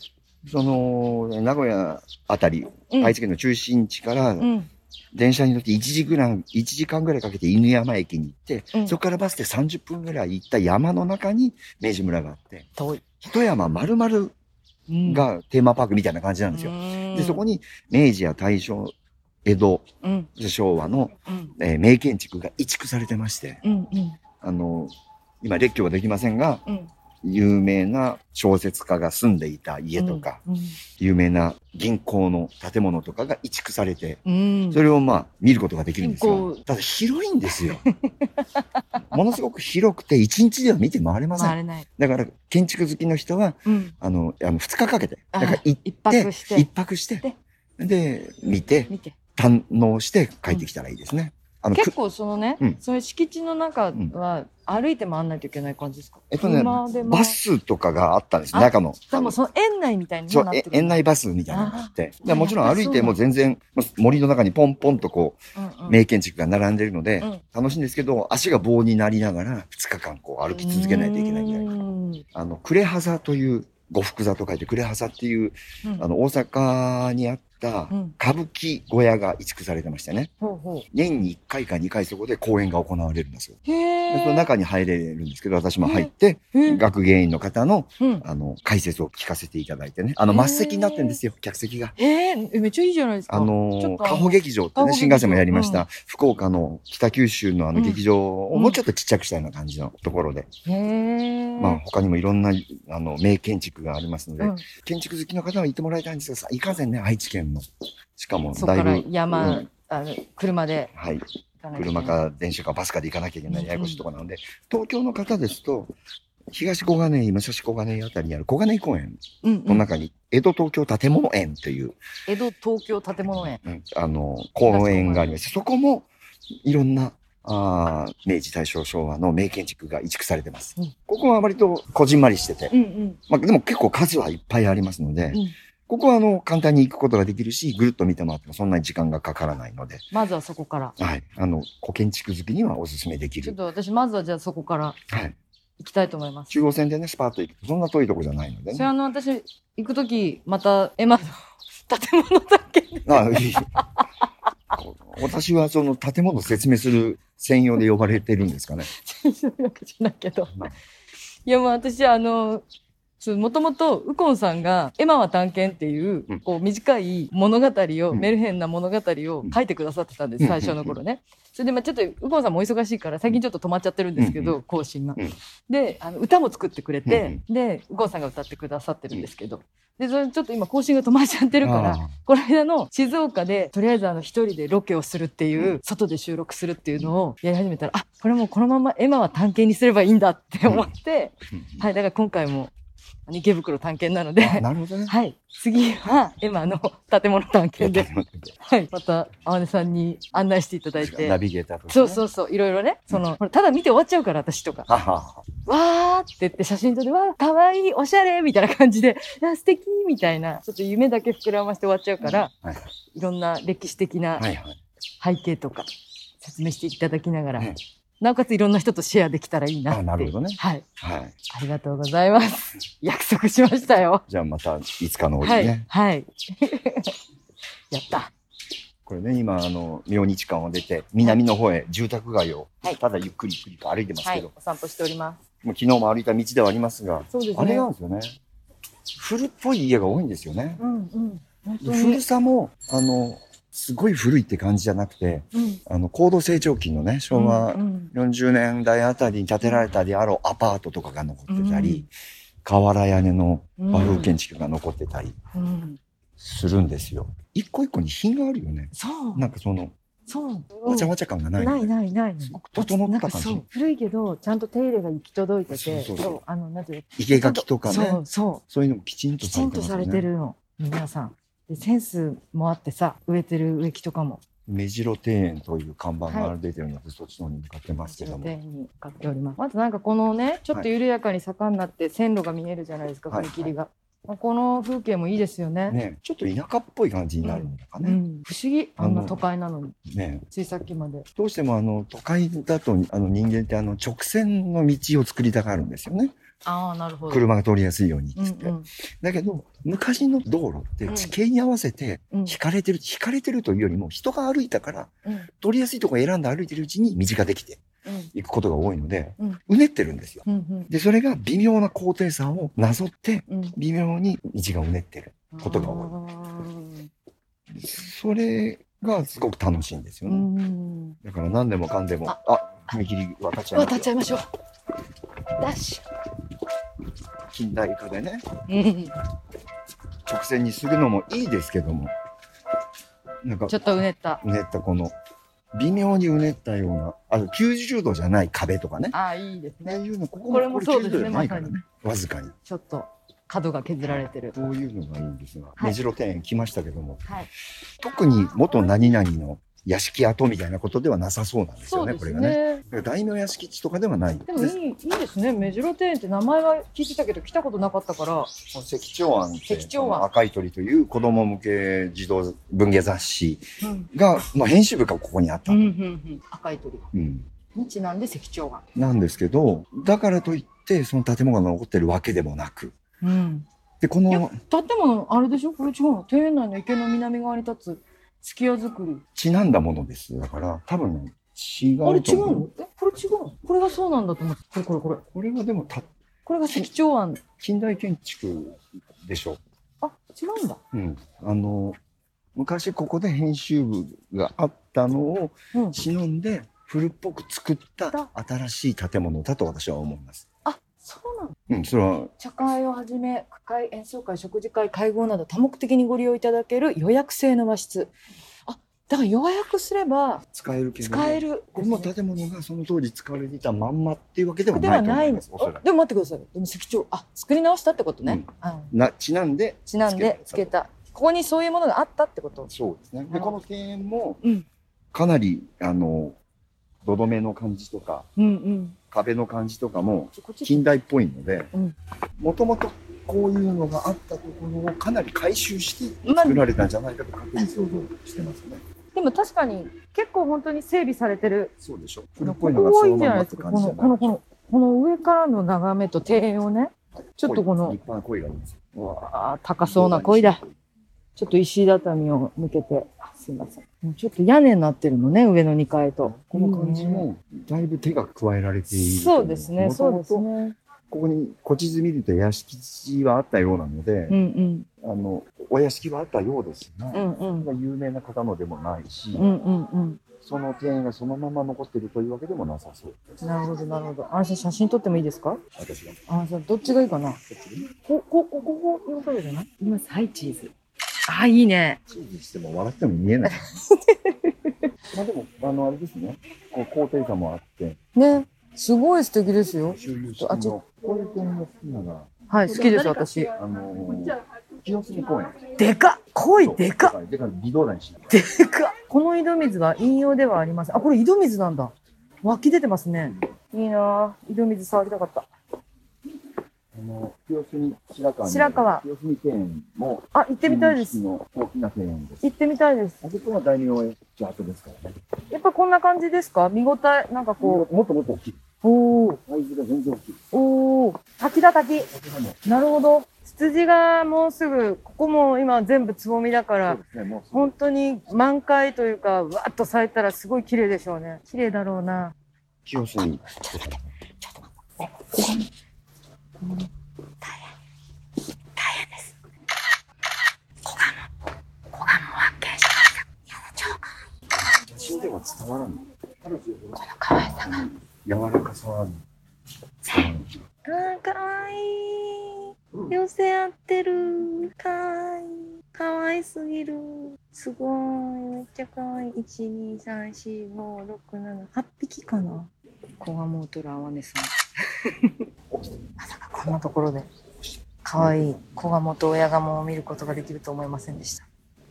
[SPEAKER 2] その、名古屋あたり、
[SPEAKER 1] うん
[SPEAKER 2] 愛知県の中心地から、
[SPEAKER 1] うん
[SPEAKER 2] 電車に乗って1時ぐらい、一時間ぐらいかけて犬山駅に行って、
[SPEAKER 1] うん
[SPEAKER 2] そこからバスで30分ぐらい行った山の中に明治村があって、
[SPEAKER 1] 遠い
[SPEAKER 2] 一山丸々
[SPEAKER 1] うん
[SPEAKER 2] がテーマパークみたいな感じなんですよ。で、そこに明治や大正、江戸、
[SPEAKER 1] うん
[SPEAKER 2] 昭和の、
[SPEAKER 1] うん
[SPEAKER 2] えー名建築が移築されてまして、
[SPEAKER 1] うんうん
[SPEAKER 2] あの、今列挙はできませんが、
[SPEAKER 1] うん
[SPEAKER 2] 有名な小説家が住んでいた家とか、
[SPEAKER 1] うん
[SPEAKER 2] 有名な銀行の建物とかが移築されて、
[SPEAKER 1] うん
[SPEAKER 2] それをまあ見ることができるんです
[SPEAKER 1] 銀
[SPEAKER 2] よ
[SPEAKER 1] 行。
[SPEAKER 2] ただ広いんですよ。 ものすごく広くて一日では見て回れませ
[SPEAKER 1] まああ
[SPEAKER 2] ん。
[SPEAKER 1] れない。
[SPEAKER 2] だから建築好きの人は、
[SPEAKER 1] うん。
[SPEAKER 2] あの、あの2日かけて、
[SPEAKER 1] あ
[SPEAKER 2] だから行って、
[SPEAKER 1] 一泊して
[SPEAKER 2] 一泊して、で、見て、
[SPEAKER 1] 見て。
[SPEAKER 2] 堪能して帰ってきたらいいですね。あの、
[SPEAKER 1] 結
[SPEAKER 2] く
[SPEAKER 1] 構そのね、
[SPEAKER 2] うん
[SPEAKER 1] その敷地の中は歩いて回らないといけない感じですか、
[SPEAKER 2] えっとね
[SPEAKER 1] 車で、回
[SPEAKER 2] バスとかがあったんです、
[SPEAKER 1] あ
[SPEAKER 2] 中の。
[SPEAKER 1] でもその園内みたいに
[SPEAKER 2] そ
[SPEAKER 1] も
[SPEAKER 2] う
[SPEAKER 1] なっ
[SPEAKER 2] え
[SPEAKER 1] てる。
[SPEAKER 2] 園内バスみたいなのがあって
[SPEAKER 1] あー
[SPEAKER 2] でもちろん歩いても全然まあ森の中にポンポンとこ
[SPEAKER 1] うんう
[SPEAKER 2] うん名建築が並んでるので、
[SPEAKER 1] うん
[SPEAKER 2] 楽しいんですけど足が棒になりながら2日間こう歩き続けないといけないみたいな
[SPEAKER 1] うんうん
[SPEAKER 2] あのクレハザという呉服座と書いてクレハザっていうあの大阪にあった
[SPEAKER 1] うん
[SPEAKER 2] 歌舞伎小屋が移築されてましてね
[SPEAKER 1] ほうほ
[SPEAKER 2] 年に1回か2回そこで公演が行われるんですよ。
[SPEAKER 1] う。へ
[SPEAKER 2] で
[SPEAKER 1] え。
[SPEAKER 2] その中に入れるんですけど私も入って
[SPEAKER 1] うん
[SPEAKER 2] 学芸員の方の
[SPEAKER 1] うん
[SPEAKER 2] あの解説を聞かせていただいてねあの末席になってるんですよ客席が。
[SPEAKER 1] へええめっちゃいいじゃないですか。
[SPEAKER 2] あの
[SPEAKER 1] ちょっ
[SPEAKER 2] ー、
[SPEAKER 1] と
[SPEAKER 2] カホ劇場って
[SPEAKER 1] カホ
[SPEAKER 2] ね、
[SPEAKER 1] 劇場
[SPEAKER 2] 新幹線もやりました、
[SPEAKER 1] う
[SPEAKER 2] 福岡の北九州のあの
[SPEAKER 1] うん
[SPEAKER 2] 劇場を
[SPEAKER 1] うん
[SPEAKER 2] もうちょっとちっちゃくしたような感じのところで、
[SPEAKER 1] へえ。
[SPEAKER 2] まあ他にもいろんな、あの、名建築がありますので、
[SPEAKER 1] うん
[SPEAKER 2] 建築好きの方は行ってもらいたいんですが、さいかんせんね、愛知県の。しかも、
[SPEAKER 1] そ
[SPEAKER 2] だ
[SPEAKER 1] こ
[SPEAKER 2] い
[SPEAKER 1] から
[SPEAKER 2] ぶ、
[SPEAKER 1] 山、
[SPEAKER 2] うん
[SPEAKER 1] あの車で
[SPEAKER 2] はい、
[SPEAKER 1] 行かないといけな
[SPEAKER 2] 車
[SPEAKER 1] い。
[SPEAKER 2] か電車かバスかで行かなきゃいけな
[SPEAKER 1] う
[SPEAKER 2] い
[SPEAKER 1] ん
[SPEAKER 2] ややこしいとこなので、東京の方ですと、東小金井、武蔵小金井あたりにある小金井公園
[SPEAKER 1] うんう
[SPEAKER 2] の
[SPEAKER 1] ん、
[SPEAKER 2] 中に、江戸東京建物園という、
[SPEAKER 1] 江戸東京建物園。
[SPEAKER 2] うんあの、公園がありまして、そこもいろんな、あー明治、大正、昭和の名建築が移築されてます。
[SPEAKER 1] うん
[SPEAKER 2] ここは割とこじんまりしてて、
[SPEAKER 1] うんうん。
[SPEAKER 2] まあでも結構数はいっぱいありますので、
[SPEAKER 1] ん
[SPEAKER 2] ここはあの、簡単に行くことができるし、ぐるっと見てもらってもそんなに時間がかからないので、
[SPEAKER 1] まずはそこから。
[SPEAKER 2] はい。あの、古建築好きにはお勧めでき
[SPEAKER 1] ちょっ
[SPEAKER 2] る。
[SPEAKER 1] と私まずはじゃあそこから
[SPEAKER 2] はい。
[SPEAKER 1] 行きたいと思います。
[SPEAKER 2] 中央線でね、スパーッと行くと、そんな遠いとこじゃないので
[SPEAKER 1] それ
[SPEAKER 2] ね。
[SPEAKER 1] あの私行くときまたエマの建物だけで
[SPEAKER 2] あ、いい。この私はその建物を説明する専用で呼ばれてるんですかね。
[SPEAKER 1] わけじゃないけど。いや、まあ私、あの、もともと右近さんが「エマは探検」っていう
[SPEAKER 2] うん
[SPEAKER 1] こう短い物語を、
[SPEAKER 2] うん
[SPEAKER 1] メルヘンな物語を書いてくださってたんです、
[SPEAKER 2] うん
[SPEAKER 1] 最初の頃ね。それでまあちょっと右近さんもお忙しいから最近ちょっと止まっちゃってるんですけど、
[SPEAKER 2] う
[SPEAKER 1] 更新が。
[SPEAKER 2] うん
[SPEAKER 1] であの歌も作ってくれて、で右近さんが歌ってくださってるんですけどでそれちょっと今更新が止まっちゃってるから
[SPEAKER 2] あ
[SPEAKER 1] この間の静岡でとりあえずあの一人でロケをするっていう、外で収録するっていうのをやり始めたらあこれもうこのままエマは探検にすればいいんだって思って、
[SPEAKER 2] ー
[SPEAKER 1] はいだから今回もあの池袋探検なので
[SPEAKER 2] あなるほどね。
[SPEAKER 1] はい次はエマの建物探検 で、
[SPEAKER 2] ナ
[SPEAKER 1] はい、また青根さんに案内していただいて。
[SPEAKER 2] ビゲーターとして
[SPEAKER 1] そ
[SPEAKER 2] ね
[SPEAKER 1] うそうそういろいろねそのほらただ見て終わっちゃうから私とか
[SPEAKER 2] ははは
[SPEAKER 1] わーって言って写真撮って、わー、かわいい、おしゃれみたいな感じで、いや、素敵みたいな、ちょっと夢だけ膨らまして終わっちゃうから、
[SPEAKER 2] はい
[SPEAKER 1] いろんな歴史的な
[SPEAKER 2] はいはい。
[SPEAKER 1] 背景とか説明していただきながら、
[SPEAKER 2] ね
[SPEAKER 1] なおかついろんな人とシェアできたらいいなって。
[SPEAKER 2] あなるほどね
[SPEAKER 1] はい。
[SPEAKER 2] はい。
[SPEAKER 1] ありがとうございます。 約束しましたよ。
[SPEAKER 2] じゃあまたいつかの折
[SPEAKER 1] は
[SPEAKER 2] に
[SPEAKER 1] い
[SPEAKER 2] ね。。
[SPEAKER 1] はい。 やった。
[SPEAKER 2] これね、今、あの、明日館を出て、南の方へ住宅街を
[SPEAKER 1] はい、
[SPEAKER 2] ただゆっくりゆっくりと歩いてます
[SPEAKER 1] は
[SPEAKER 2] け
[SPEAKER 1] い
[SPEAKER 2] ど、。
[SPEAKER 1] お散歩しております。
[SPEAKER 2] もう昨日も歩いた道ではありますが、
[SPEAKER 1] そうです
[SPEAKER 2] あれ
[SPEAKER 1] ね。
[SPEAKER 2] なんですよね。古っぽい家が多いんですよね。
[SPEAKER 1] うんうん。本当
[SPEAKER 2] 古
[SPEAKER 1] に。
[SPEAKER 2] さも、あの、すごい古いって感じじゃなくて、
[SPEAKER 1] うん。
[SPEAKER 2] あの、高度成長期のね、昭和
[SPEAKER 1] うん
[SPEAKER 2] 40年代あたりに建てられたであろうアパートとかが残ってたり、瓦屋根の
[SPEAKER 1] うん
[SPEAKER 2] 和風建築が残ってたり
[SPEAKER 1] うん。
[SPEAKER 2] するんですよ。一個一個に品があるよね。
[SPEAKER 1] そう。
[SPEAKER 2] なんかその、
[SPEAKER 1] そう。
[SPEAKER 2] わちゃわちゃ感がない。
[SPEAKER 1] ないないない
[SPEAKER 2] すごく整った感じ
[SPEAKER 1] なんかそう古いけどちゃんと手入れが行き届いてて
[SPEAKER 2] そうそうそう
[SPEAKER 1] あのなんていう
[SPEAKER 2] 生垣とか
[SPEAKER 1] そ
[SPEAKER 2] ね
[SPEAKER 1] う。そ
[SPEAKER 2] そういうのもきちん
[SPEAKER 1] う
[SPEAKER 2] と
[SPEAKER 1] き
[SPEAKER 2] さ
[SPEAKER 1] ち
[SPEAKER 2] れ
[SPEAKER 1] ん
[SPEAKER 2] て
[SPEAKER 1] と
[SPEAKER 2] ます
[SPEAKER 1] さ
[SPEAKER 2] よ
[SPEAKER 1] れて
[SPEAKER 2] ね。
[SPEAKER 1] るの皆さんでセンスもあってさ植えてる植木とかも
[SPEAKER 2] 目白庭園という看板が出てるので、そっちの方に向かってますけど
[SPEAKER 1] の
[SPEAKER 2] も。
[SPEAKER 1] 庭園に買っておりますまずなんかこのねちょっと緩やかに坂になって線路が見えるじゃないですか
[SPEAKER 2] はい
[SPEAKER 1] 踏切が、まあこの風景もいいですよね
[SPEAKER 2] ね、ちょっと田舎っぽい感じになるのか
[SPEAKER 1] う
[SPEAKER 2] ね。
[SPEAKER 1] ん、不思議あんな都会なのに
[SPEAKER 2] ね
[SPEAKER 1] ついさっきまで
[SPEAKER 2] どうしてもあの都会だとあの人間ってあの直線の道を作りたがるんですよね。
[SPEAKER 1] ああなるほ
[SPEAKER 2] 車が通りやすいようにっ
[SPEAKER 1] うん
[SPEAKER 2] つって。だけど昔の道路って
[SPEAKER 1] うん
[SPEAKER 2] 地形に合わせて
[SPEAKER 1] うんうん
[SPEAKER 2] 引かれてる、引かれてるというよりも人が歩いたから
[SPEAKER 1] うん
[SPEAKER 2] 通りやすいところを選んで歩いてるうちに道ができて
[SPEAKER 1] うん
[SPEAKER 2] いくことが多いので、
[SPEAKER 1] うん
[SPEAKER 2] うねってるんですよ。
[SPEAKER 1] うん
[SPEAKER 2] で、それが微妙な高低差をなぞって
[SPEAKER 1] うん
[SPEAKER 2] 微妙に道がうねってる。
[SPEAKER 1] うん
[SPEAKER 2] ことが多い
[SPEAKER 1] あー
[SPEAKER 2] それがすごく楽しいんですよ
[SPEAKER 1] う
[SPEAKER 2] ね。
[SPEAKER 1] ん。
[SPEAKER 2] だから何でもかんでも、
[SPEAKER 1] あ
[SPEAKER 2] あ、踏切渡っちゃいま
[SPEAKER 1] 渡
[SPEAKER 2] す
[SPEAKER 1] っ
[SPEAKER 2] よ
[SPEAKER 1] ちゃいましょう。ダッシ
[SPEAKER 2] 近代化でね、
[SPEAKER 1] ュ。
[SPEAKER 2] 直線にするのもいいですけども、なんか、
[SPEAKER 1] ちょっとうねった。
[SPEAKER 2] うねったこの、微妙にうねったような、あの、90度じゃない壁とかね。
[SPEAKER 1] ああ、いいです
[SPEAKER 2] ああ
[SPEAKER 1] ね。
[SPEAKER 2] いうの、ここ
[SPEAKER 1] これもそうですね
[SPEAKER 2] 90度じゃないからね
[SPEAKER 1] ま。
[SPEAKER 2] わずかに。
[SPEAKER 1] ちょっと角が削られてる。
[SPEAKER 2] こういうのがいいんですが、
[SPEAKER 1] い
[SPEAKER 2] 目白庭園来ましたけども、
[SPEAKER 1] はい。
[SPEAKER 2] 特に元何々の屋敷跡みたいなことではなさそうなんです
[SPEAKER 1] そ
[SPEAKER 2] よ
[SPEAKER 1] う
[SPEAKER 2] ね、
[SPEAKER 1] で
[SPEAKER 2] こ
[SPEAKER 1] す
[SPEAKER 2] れがね。
[SPEAKER 1] ね。
[SPEAKER 2] だから大名屋敷地とかではない。
[SPEAKER 1] でもいい、いいですね。目白庭園って名前は聞いてたけど、来たことなかったから。
[SPEAKER 2] この石長庵って
[SPEAKER 1] 石長庵
[SPEAKER 2] 赤い鳥という子供向け児童文芸雑誌
[SPEAKER 1] うん。
[SPEAKER 2] が、まあ、編集部がここにあった、
[SPEAKER 1] うん、うん、うん。赤い鳥。
[SPEAKER 2] うん
[SPEAKER 1] にちなんで石長が。
[SPEAKER 2] なんですけどだからといってその建物が残ってるわけでもなく
[SPEAKER 1] うん。
[SPEAKER 2] でこ
[SPEAKER 1] いや
[SPEAKER 2] の
[SPEAKER 1] 建物、あれでしょこれ違うの。庭園内の池の南側に立つ。月屋造り。
[SPEAKER 2] ちなんだものですだから多分ね違うと
[SPEAKER 1] あ
[SPEAKER 2] 思
[SPEAKER 1] れ違うのえ、これ違うのこれがそうなんだと思って。これこれこれ。
[SPEAKER 2] これはでもた
[SPEAKER 1] これが石長庵。
[SPEAKER 2] 近代建築でしょ
[SPEAKER 1] あ、違うんだ。
[SPEAKER 2] う、うん、あの昔ここで編集部があったのを
[SPEAKER 1] うん。
[SPEAKER 2] 忍んで古っぽく作った新しい建物だと私は思います。
[SPEAKER 1] あ、そうなの。
[SPEAKER 2] うん、それは
[SPEAKER 1] 茶会をはじめ、区会、演奏会、食事会、会合など多目的にご利用いただける予約制の和室。あ、だから予約すれば
[SPEAKER 2] 使えるけど
[SPEAKER 1] 使える
[SPEAKER 2] これも建物がその当時使われていたまんまっていうわけでは
[SPEAKER 1] で
[SPEAKER 2] な
[SPEAKER 1] はい
[SPEAKER 2] と思
[SPEAKER 1] ない
[SPEAKER 2] い
[SPEAKER 1] の
[SPEAKER 2] ます。おそら
[SPEAKER 1] あ
[SPEAKER 2] く
[SPEAKER 1] でも待ってください。でも石長、あ、作り直したってことね。
[SPEAKER 2] う
[SPEAKER 1] あの
[SPEAKER 2] なちなんで
[SPEAKER 1] ちなんでつ
[SPEAKER 2] つけ
[SPEAKER 1] けた。ここにそういうものがあったってこと。
[SPEAKER 2] そうですね。
[SPEAKER 1] な
[SPEAKER 2] で
[SPEAKER 1] る
[SPEAKER 2] こ
[SPEAKER 1] ほ
[SPEAKER 2] の庭園も
[SPEAKER 1] うん
[SPEAKER 2] かなりあの土留めの感じとか
[SPEAKER 1] うんうん。
[SPEAKER 2] 壁の感じとかも
[SPEAKER 1] こっち。
[SPEAKER 2] 近代っぽいので
[SPEAKER 1] うん、
[SPEAKER 2] もともとこういうのがあったところをかなり改修して
[SPEAKER 1] まあ
[SPEAKER 2] 作られたんじゃないかと確認想像してますね。
[SPEAKER 1] でも確かに結構本当に整備されてる。
[SPEAKER 2] そうでしょ。
[SPEAKER 1] こ
[SPEAKER 2] 古っ
[SPEAKER 1] こ
[SPEAKER 2] ぽいのがそ
[SPEAKER 1] 多い
[SPEAKER 2] の
[SPEAKER 1] んじ
[SPEAKER 2] ま
[SPEAKER 1] ゃな
[SPEAKER 2] んま
[SPEAKER 1] い
[SPEAKER 2] っ
[SPEAKER 1] で
[SPEAKER 2] て
[SPEAKER 1] すか。
[SPEAKER 2] 感
[SPEAKER 1] このこ
[SPEAKER 2] じじゃない
[SPEAKER 1] のこのこの上からの眺めと庭園をね。ちょっとこの
[SPEAKER 2] 立派な鯉がいます。うわ
[SPEAKER 1] あー高そうな恋だ。。ちょっと石畳を抜けて、すいません。もうちょっと屋根になってるのね、上の2階と。
[SPEAKER 2] この感じも、だいぶ手が加えられていると思
[SPEAKER 1] そうですね、
[SPEAKER 2] も
[SPEAKER 1] そ
[SPEAKER 2] と
[SPEAKER 1] う
[SPEAKER 2] も
[SPEAKER 1] で
[SPEAKER 2] と
[SPEAKER 1] すね。
[SPEAKER 2] ここに古地図見ると屋敷地はあったようなので
[SPEAKER 1] う、ん
[SPEAKER 2] あの、お屋敷はあったようですが、
[SPEAKER 1] うん。うんうん。
[SPEAKER 2] 有名な方のでもないし、
[SPEAKER 1] うんうんうん。
[SPEAKER 2] その庭園がそのまま残ってるというわけでもなさそうです。
[SPEAKER 1] なるほど、なるほど。あ、じゃあ写真撮ってもいいですか
[SPEAKER 2] 私が。
[SPEAKER 1] あ、じゃあどっちがいいかなこ、こ、こ、こ、こ、今撮るじゃない今、はい、チーズ。あ、いいね。
[SPEAKER 2] チーズしても笑っても見 えない。まあでも、あの、あれですね。こう高低差もあって、
[SPEAKER 1] ね。すごい素敵ですよ。
[SPEAKER 2] 周遊式
[SPEAKER 1] あちょ
[SPEAKER 2] の、こういう点が好きなのが、
[SPEAKER 1] はい、好きです、私。
[SPEAKER 2] あのー、清澄公園。
[SPEAKER 1] でかっ恋でかっ
[SPEAKER 2] っでかい、微動だにしない。
[SPEAKER 1] でかっこの井戸水は引用ではありません。あ、これ井戸水なんだ。湧き出てますね。いいなぁ。井戸水触りたかった。
[SPEAKER 2] あの、清澄白川に
[SPEAKER 1] 白川
[SPEAKER 2] 清澄庭園も、
[SPEAKER 1] あ、行ってみたいです。
[SPEAKER 2] の大きな庭園です。
[SPEAKER 1] 行ってみたいです。
[SPEAKER 2] あそこは大名園じゃ後ですからね。
[SPEAKER 1] やっぱこんな感じですか見応え、なんか
[SPEAKER 2] も
[SPEAKER 1] こ
[SPEAKER 2] っともっと大きい。
[SPEAKER 1] う。おー、
[SPEAKER 2] サイズが全然大きい。
[SPEAKER 1] おー。滝だ滝。
[SPEAKER 2] ここがもう
[SPEAKER 1] なるほど。羊がもうすぐ、ここも今全部つぼみだか
[SPEAKER 2] そう
[SPEAKER 1] ら
[SPEAKER 2] で、すね、もうすぐ
[SPEAKER 1] 本当に満開というか、わーっと咲いたらすごい綺麗でしょうね。綺麗だろうな。
[SPEAKER 2] 清澄。死んでは伝わらない。この可愛さが。柔らかさはある。
[SPEAKER 1] あーかわいい。寄せ合ってる。かわいい。かわいすぎる。すごい。めっちゃかわいい。1、2、3、4、5、6、7、8匹かな。コガモトラアワネさん。 まさかこんなところで、かわいいコガモと親ガモを見ることができると思いませんでした。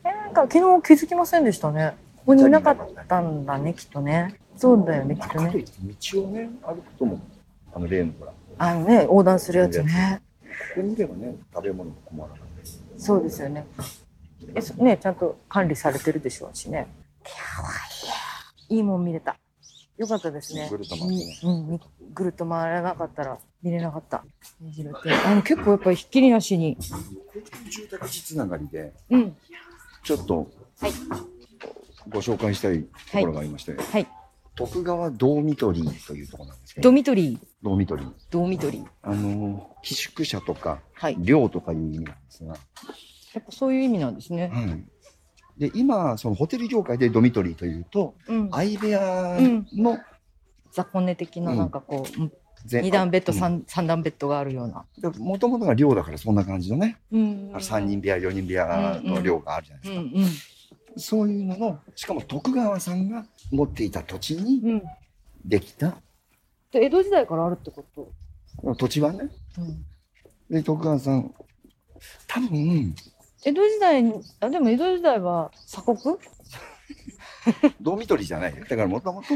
[SPEAKER 1] えーなんか昨日気づきませんでしたね。ここにいなかったんだね、きっとね。そうだよね、きっと
[SPEAKER 2] かと
[SPEAKER 1] ね。
[SPEAKER 2] いって道をね、歩くとも、あの例のほら、こ
[SPEAKER 1] あのね、横断するやつね。
[SPEAKER 2] こにいればね、食べ物も困らないです。
[SPEAKER 1] そうですよね。え、そね、ちゃんと管理されてるでしょうしね。いい。もん見れた。よかったですね。
[SPEAKER 2] ぐるっと回ってね
[SPEAKER 1] うん、みぐるっと回らなかったら見れなかった。目白って。あの、結構やっぱりひっきりなしに。
[SPEAKER 2] 住宅地つながりで、
[SPEAKER 1] うん。
[SPEAKER 2] ちょっと、
[SPEAKER 1] はい
[SPEAKER 2] ご紹介したいところがありまして、
[SPEAKER 1] はい。
[SPEAKER 2] 徳川ドーミトリーというところなんですけど、
[SPEAKER 1] ドミトリー。
[SPEAKER 2] ドーミトリー。
[SPEAKER 1] ドミトリー。
[SPEAKER 2] あのー、寄宿舎とか、
[SPEAKER 1] はい。
[SPEAKER 2] 寮とかいう意味なんですが、
[SPEAKER 1] やっぱそういう意味なんですね。
[SPEAKER 2] はい、で今、そのホテル業界でドミトリーというと、
[SPEAKER 1] うん。
[SPEAKER 2] 相部屋
[SPEAKER 1] うん
[SPEAKER 2] の
[SPEAKER 1] 雑魚寝的ななんかこう、うん
[SPEAKER 2] 前
[SPEAKER 1] 二段ベッド、三三段ベッドがあるような。
[SPEAKER 2] もともとが寮だからそんな感じのね、
[SPEAKER 1] うん
[SPEAKER 2] あの3。人部屋、4人部屋の寮があるじゃないで
[SPEAKER 1] う
[SPEAKER 2] す
[SPEAKER 1] ん
[SPEAKER 2] か。そういうのの、しかも徳川さんが持っていた土地
[SPEAKER 1] う
[SPEAKER 2] に
[SPEAKER 1] ん。うん。
[SPEAKER 2] できた、
[SPEAKER 1] で江戸時代からあるってこと。
[SPEAKER 2] 土地はね、
[SPEAKER 1] うん。
[SPEAKER 2] で徳川さん、多分
[SPEAKER 1] 江戸時代にあでも江戸時代は鎖国
[SPEAKER 2] ドミトリーじゃないよだからもともと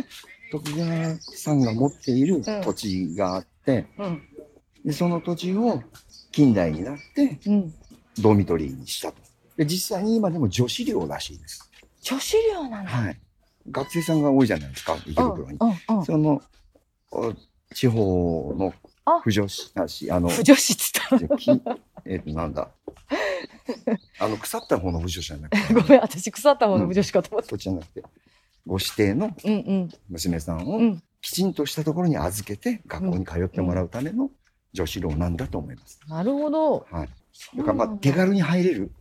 [SPEAKER 2] 徳川さんが持っている土地があって、
[SPEAKER 1] うん
[SPEAKER 2] でその土地を近代になって
[SPEAKER 1] うん
[SPEAKER 2] ドミトリーにしたと。で実際に今でも女子寮らしいです。
[SPEAKER 1] 女子寮なんだ
[SPEAKER 2] はい。学生さんが多いじゃないですか、池袋に。
[SPEAKER 1] うんうん
[SPEAKER 2] その、お地方の
[SPEAKER 1] あ
[SPEAKER 2] 不女子だし、あの、
[SPEAKER 1] 不女子っつっ
[SPEAKER 2] きえっと、なんだ。あの、腐った方の不女子じゃなく
[SPEAKER 1] たご
[SPEAKER 2] て、
[SPEAKER 1] めん私腐った方の不女子かと思っ
[SPEAKER 2] そっちじゃなくて、ご指定の
[SPEAKER 1] たうんうん
[SPEAKER 2] 娘さん
[SPEAKER 1] う
[SPEAKER 2] を
[SPEAKER 1] ん
[SPEAKER 2] きちんとしたところに預けて、学校に通ってもらうための女子寮なんだと思います。
[SPEAKER 1] なるほど
[SPEAKER 2] はい。だから、まあ、手軽に入れる、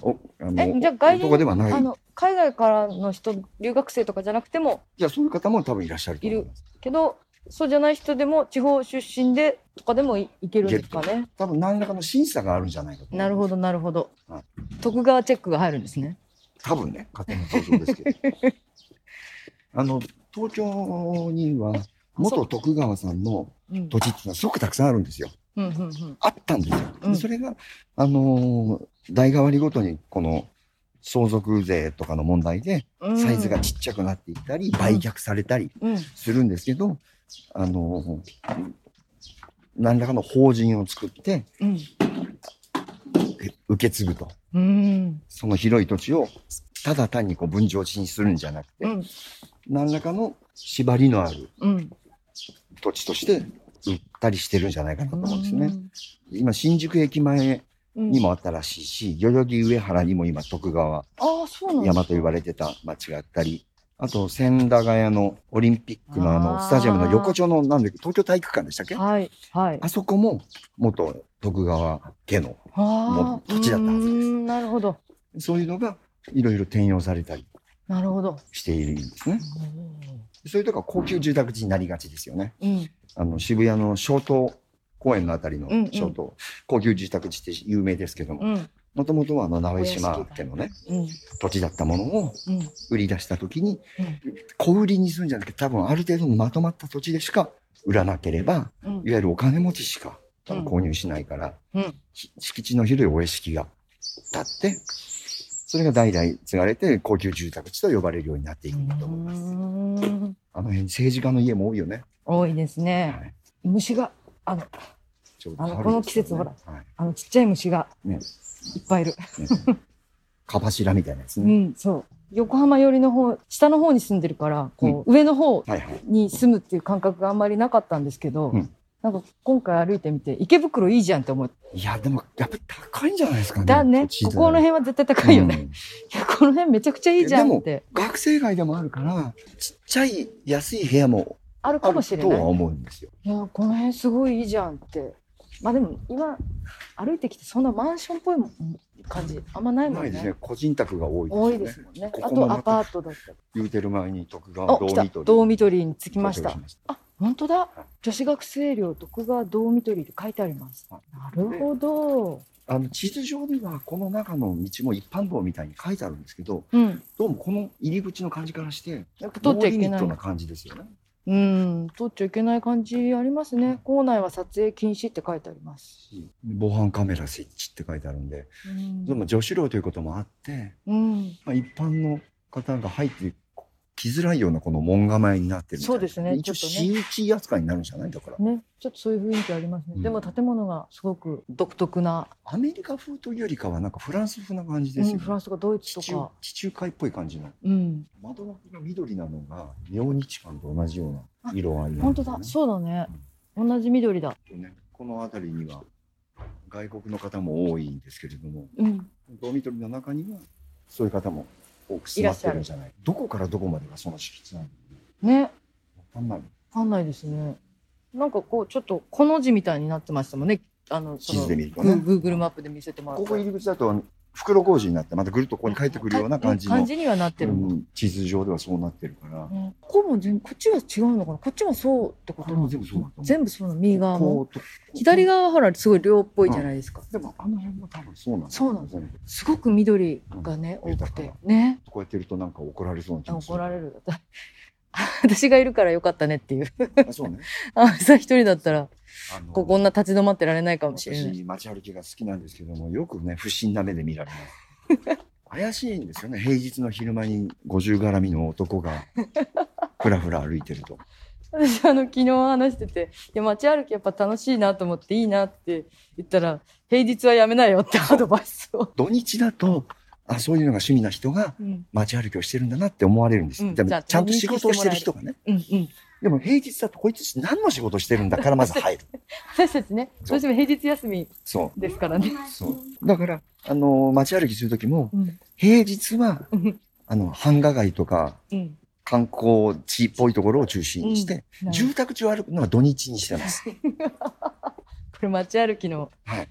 [SPEAKER 2] お、あ
[SPEAKER 1] えじゃあ外人
[SPEAKER 2] 男ではない
[SPEAKER 1] あ。の海外からの人留学生とかじゃなくても
[SPEAKER 2] いや、そういう方も多分いらっしゃると思います。
[SPEAKER 1] けどそうじゃない人でも地方出身でとかでもいいけるんですか
[SPEAKER 2] い
[SPEAKER 1] ね
[SPEAKER 2] 多分何らかの審査があるんじゃないかと。
[SPEAKER 1] なる
[SPEAKER 2] ど。
[SPEAKER 1] ほどなるほど
[SPEAKER 2] はい
[SPEAKER 1] 徳川チェックが入るんですね
[SPEAKER 2] 多分ね、勝手な想像ですけど。 あの、東京には、元徳川さんの
[SPEAKER 1] うん
[SPEAKER 2] 土地っていうのはすごくたくさんあるんですよ。
[SPEAKER 1] うんうんうん
[SPEAKER 2] あったんですよ。
[SPEAKER 1] うん
[SPEAKER 2] それが、あのー代替わりごとに、この、相続税とかの問題で、
[SPEAKER 1] うん
[SPEAKER 2] サイズがちっちゃくなっていったり、売却されたり
[SPEAKER 1] うん
[SPEAKER 2] するんですけど、あのー何らかの法人を作って、
[SPEAKER 1] うん
[SPEAKER 2] え受け継ぐと。
[SPEAKER 1] うん
[SPEAKER 2] その広い土地を、ただ単にこう分譲地にするんじゃなくて、
[SPEAKER 1] うん
[SPEAKER 2] 何らかの縛りのある
[SPEAKER 1] うん
[SPEAKER 2] 土地として売ったりしてるんじゃないかなと思うんですね。
[SPEAKER 1] ん
[SPEAKER 2] 今、新宿駅前
[SPEAKER 1] うん
[SPEAKER 2] にもあったらしいし、代々木上原にも今徳川
[SPEAKER 1] ああ、そうなんです
[SPEAKER 2] 山と言われてた町があったり、あと千駄ヶ谷のオリンピックのあ
[SPEAKER 1] あー
[SPEAKER 2] のスタジアムの横丁のなんだっけ、東京体育館でしたっけ
[SPEAKER 1] はい、はい。
[SPEAKER 2] あそこも元徳川家の、
[SPEAKER 1] あ
[SPEAKER 2] もう土地だったはずです
[SPEAKER 1] うーんなるほど。
[SPEAKER 2] そういうのがいろいろ転用されたり
[SPEAKER 1] なるほど。
[SPEAKER 2] しているんですね。そういうとこは高級住宅地になりがちですよね。
[SPEAKER 1] うん。
[SPEAKER 2] あの渋谷の小東公園のあたりの
[SPEAKER 1] うんうん
[SPEAKER 2] 小東、高級住宅地って有名ですけども、
[SPEAKER 1] うん。
[SPEAKER 2] もともとはあの直江島家のね、
[SPEAKER 1] うん。
[SPEAKER 2] 土地だったものを
[SPEAKER 1] うん。
[SPEAKER 2] 売り出した時に、小売りにするんじゃなくて多分ある程度のまとまった土地でしか売らなければ、
[SPEAKER 1] うん
[SPEAKER 2] い。わゆるお金持ちしか多分
[SPEAKER 1] うん
[SPEAKER 2] 購入しないから、
[SPEAKER 1] うん
[SPEAKER 2] ひ敷地の広いお屋敷が建って、それが代々継がれて高級住宅地と呼ばれるようになっていくんだと思います。
[SPEAKER 1] うーん
[SPEAKER 2] あの辺政治家の家も多いよね。
[SPEAKER 1] 多いです
[SPEAKER 2] は
[SPEAKER 1] ね。
[SPEAKER 2] い、
[SPEAKER 1] 虫が、あの、
[SPEAKER 2] ちょう
[SPEAKER 1] あの
[SPEAKER 2] 春
[SPEAKER 1] この季節
[SPEAKER 2] ですよねはい
[SPEAKER 1] あのちっちゃい虫が
[SPEAKER 2] ね
[SPEAKER 1] いっぱいいる。
[SPEAKER 2] かばしらみたいなやつ
[SPEAKER 1] う
[SPEAKER 2] ね。
[SPEAKER 1] ん、そう。横浜寄りの方、下の方に住んでるから、こう、上の方
[SPEAKER 2] はいはい。
[SPEAKER 1] に住むっていう感覚があんまりなかったんですけど、
[SPEAKER 2] うん
[SPEAKER 1] なんか今回歩いてみて、池袋いいじゃんって思っ
[SPEAKER 2] いや、でも、やっぱり高いんじゃないですかね。
[SPEAKER 1] たね。
[SPEAKER 2] 土地
[SPEAKER 1] こ
[SPEAKER 2] 代
[SPEAKER 1] この辺は絶対高いよね。
[SPEAKER 2] うん
[SPEAKER 1] いや この辺めちゃくちゃいいじゃんって、
[SPEAKER 2] 学生街でもあるから、ちっちゃい安い部屋も
[SPEAKER 1] ある
[SPEAKER 2] あ
[SPEAKER 1] か
[SPEAKER 2] る
[SPEAKER 1] もしれ
[SPEAKER 2] と
[SPEAKER 1] ない。
[SPEAKER 2] は思うんですよ。
[SPEAKER 1] いや、この辺すごいいいじゃんって。まあでも今、歩いてきてそんなマンションっぽいもん感じ、あんまないもん
[SPEAKER 2] な
[SPEAKER 1] ね。
[SPEAKER 2] いですね。個人宅が多いですよ
[SPEAKER 1] 多
[SPEAKER 2] ね。
[SPEAKER 1] いですもんね。
[SPEAKER 2] こ
[SPEAKER 1] あ
[SPEAKER 2] こも
[SPEAKER 1] と
[SPEAKER 2] ま
[SPEAKER 1] ア
[SPEAKER 2] た
[SPEAKER 1] パートだったり。
[SPEAKER 2] 言うてる前に徳川
[SPEAKER 1] あ、
[SPEAKER 2] 道
[SPEAKER 1] 来た
[SPEAKER 2] 見取。り。
[SPEAKER 1] 道緑に着きました
[SPEAKER 2] 到着。し
[SPEAKER 1] あ、本当だ。女子学生寮徳川道緑って書いてあります。
[SPEAKER 2] は
[SPEAKER 1] なるほど。
[SPEAKER 2] あの地図上ではこの中の道も一般道みたいに書いてあるんですけど、
[SPEAKER 1] うん。
[SPEAKER 2] どうもこの入り口の感じからして、
[SPEAKER 1] やっぱ
[SPEAKER 2] ノ
[SPEAKER 1] 取っ
[SPEAKER 2] ー
[SPEAKER 1] ちゃい
[SPEAKER 2] リ
[SPEAKER 1] け
[SPEAKER 2] ミッ
[SPEAKER 1] な
[SPEAKER 2] ト
[SPEAKER 1] い
[SPEAKER 2] な。感じですよね。
[SPEAKER 1] うん、取っちゃいけない感じありますね。校内は撮影禁止って書いてあります。
[SPEAKER 2] 防犯カメラ設置って書いてあるんで、
[SPEAKER 1] うん
[SPEAKER 2] でも女子寮ということもあって、
[SPEAKER 1] うん、
[SPEAKER 2] まあ、一般の方が入ってきづらいようなこの門構えになってるみたい
[SPEAKER 1] そうですね
[SPEAKER 2] 一応
[SPEAKER 1] ちょっと
[SPEAKER 2] C1 扱いになるんじゃないだから。
[SPEAKER 1] ね、ちょっとそういう雰囲気ありますね。
[SPEAKER 2] うん
[SPEAKER 1] でも建物がすごく独特な、
[SPEAKER 2] アメリカ風というよりかはなんかフランス風な感じ
[SPEAKER 1] う
[SPEAKER 2] ですよ
[SPEAKER 1] ん、
[SPEAKER 2] ね。
[SPEAKER 1] フランスとかドイツ
[SPEAKER 2] 地
[SPEAKER 1] と
[SPEAKER 2] 中
[SPEAKER 1] か、
[SPEAKER 2] 地中海っぽい感じの。
[SPEAKER 1] うん、
[SPEAKER 2] 窓枠が緑なのが明日館と同じような色合いなん
[SPEAKER 1] 本当
[SPEAKER 2] です
[SPEAKER 1] だ
[SPEAKER 2] よ、ね。
[SPEAKER 1] そうだね、同じ緑だ。
[SPEAKER 2] ねこの辺りには外国の方も多いんですけれども
[SPEAKER 1] うん、
[SPEAKER 2] ドミトリの中にはそういう方も多く住まってるんじゃないどこからどこまでがその敷地なのか
[SPEAKER 1] ね、
[SPEAKER 2] 分かんない
[SPEAKER 1] わかんないですね。なんかこうちょっとこの字みたいになってましたもんね。あのそ
[SPEAKER 2] 地
[SPEAKER 1] の
[SPEAKER 2] 図で見る
[SPEAKER 1] グ
[SPEAKER 2] とね
[SPEAKER 1] ー Google マップで見せてもらっ
[SPEAKER 2] こ
[SPEAKER 1] た。
[SPEAKER 2] こ入り口だと袋小路になってまたぐるっとここに帰ってくるような感じの
[SPEAKER 1] 感じにはなってる。
[SPEAKER 2] うん地図上ではそうなってるから
[SPEAKER 1] ねここも全こっちは違うのかな。こっちもそうってことなの。
[SPEAKER 2] 全部そうだと思う
[SPEAKER 1] 全部そうなの。右側も
[SPEAKER 2] こうと
[SPEAKER 1] 左側はほらすごい量っぽいじゃないですか。
[SPEAKER 2] でもあの辺も多分そうなんだ
[SPEAKER 1] そうなんです
[SPEAKER 2] よね
[SPEAKER 1] すごく緑がね、
[SPEAKER 2] うん
[SPEAKER 1] 多くて
[SPEAKER 2] 豊か
[SPEAKER 1] ね
[SPEAKER 2] こうやってるとなんか怒られそうな気
[SPEAKER 1] あ
[SPEAKER 2] もする
[SPEAKER 1] 怒られる 私がいるからよかったねっていう
[SPEAKER 2] あそうね
[SPEAKER 1] あさ一人だったら
[SPEAKER 2] あの
[SPEAKER 1] ここんな立ち止まってられないかもしれない
[SPEAKER 2] 私街歩きが好きなんですけどもよくね不審な目で見られます 怪しいんですよね平日の昼間に五十絡みの 男がふらふら歩いてると
[SPEAKER 1] 私あの昨日話してて「いや街歩きやっぱ楽しいなと思っていいな」って言ったら「平日はやめなよ」ってアドバイスを、
[SPEAKER 2] 土日だとあそういうのが趣味な人が
[SPEAKER 1] うん、
[SPEAKER 2] 街歩きをしてるんだなって思われるんです、
[SPEAKER 1] うん
[SPEAKER 2] で
[SPEAKER 1] じゃ
[SPEAKER 2] も
[SPEAKER 1] あ
[SPEAKER 2] ちゃんと仕事をしてる人がね
[SPEAKER 1] うんうん
[SPEAKER 2] でも平日だとこいつ何の仕事してるんだからまず入る
[SPEAKER 1] 私たちねどうしても平日休み
[SPEAKER 2] そ
[SPEAKER 1] ですからね、
[SPEAKER 2] うそうだからあの街歩きする時も
[SPEAKER 1] うん
[SPEAKER 2] 平日は
[SPEAKER 1] うん
[SPEAKER 2] あの繁華街とか
[SPEAKER 1] うん、
[SPEAKER 2] 観光地っぽいところを中心にして、
[SPEAKER 1] なるほど
[SPEAKER 2] 住宅地を歩くのは土日にしてま す。
[SPEAKER 1] これ街歩きの
[SPEAKER 2] はい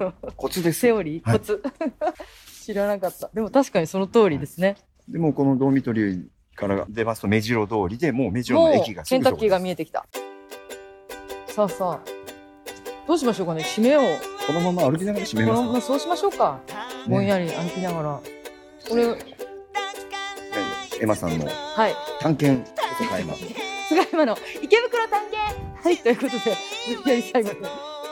[SPEAKER 1] の。
[SPEAKER 2] コツです
[SPEAKER 1] セ
[SPEAKER 2] よ。
[SPEAKER 1] オリー
[SPEAKER 2] は
[SPEAKER 1] コ
[SPEAKER 2] い
[SPEAKER 1] ツ、知らなかったでも確かにその通りですね、
[SPEAKER 2] でもこのドーミトリーから出ますと目白通りで、もう目白
[SPEAKER 1] も
[SPEAKER 2] の
[SPEAKER 1] う
[SPEAKER 2] 駅
[SPEAKER 1] ケ
[SPEAKER 2] がす
[SPEAKER 1] ン
[SPEAKER 2] ぐ
[SPEAKER 1] タ
[SPEAKER 2] そ
[SPEAKER 1] ッ
[SPEAKER 2] こ
[SPEAKER 1] キー
[SPEAKER 2] で
[SPEAKER 1] が
[SPEAKER 2] す。
[SPEAKER 1] 見えてきたさあさあどうしましょうかね締めを
[SPEAKER 2] このまま歩きながら閉め
[SPEAKER 1] この
[SPEAKER 2] ます
[SPEAKER 1] ままそうしましょうか、
[SPEAKER 2] か。
[SPEAKER 1] ぼん
[SPEAKER 2] ね
[SPEAKER 1] やり歩きながらこれ
[SPEAKER 2] エマさんの
[SPEAKER 1] はい
[SPEAKER 2] 探検細川エマ。
[SPEAKER 1] 菅山の池袋探検はいということで無理やり最後に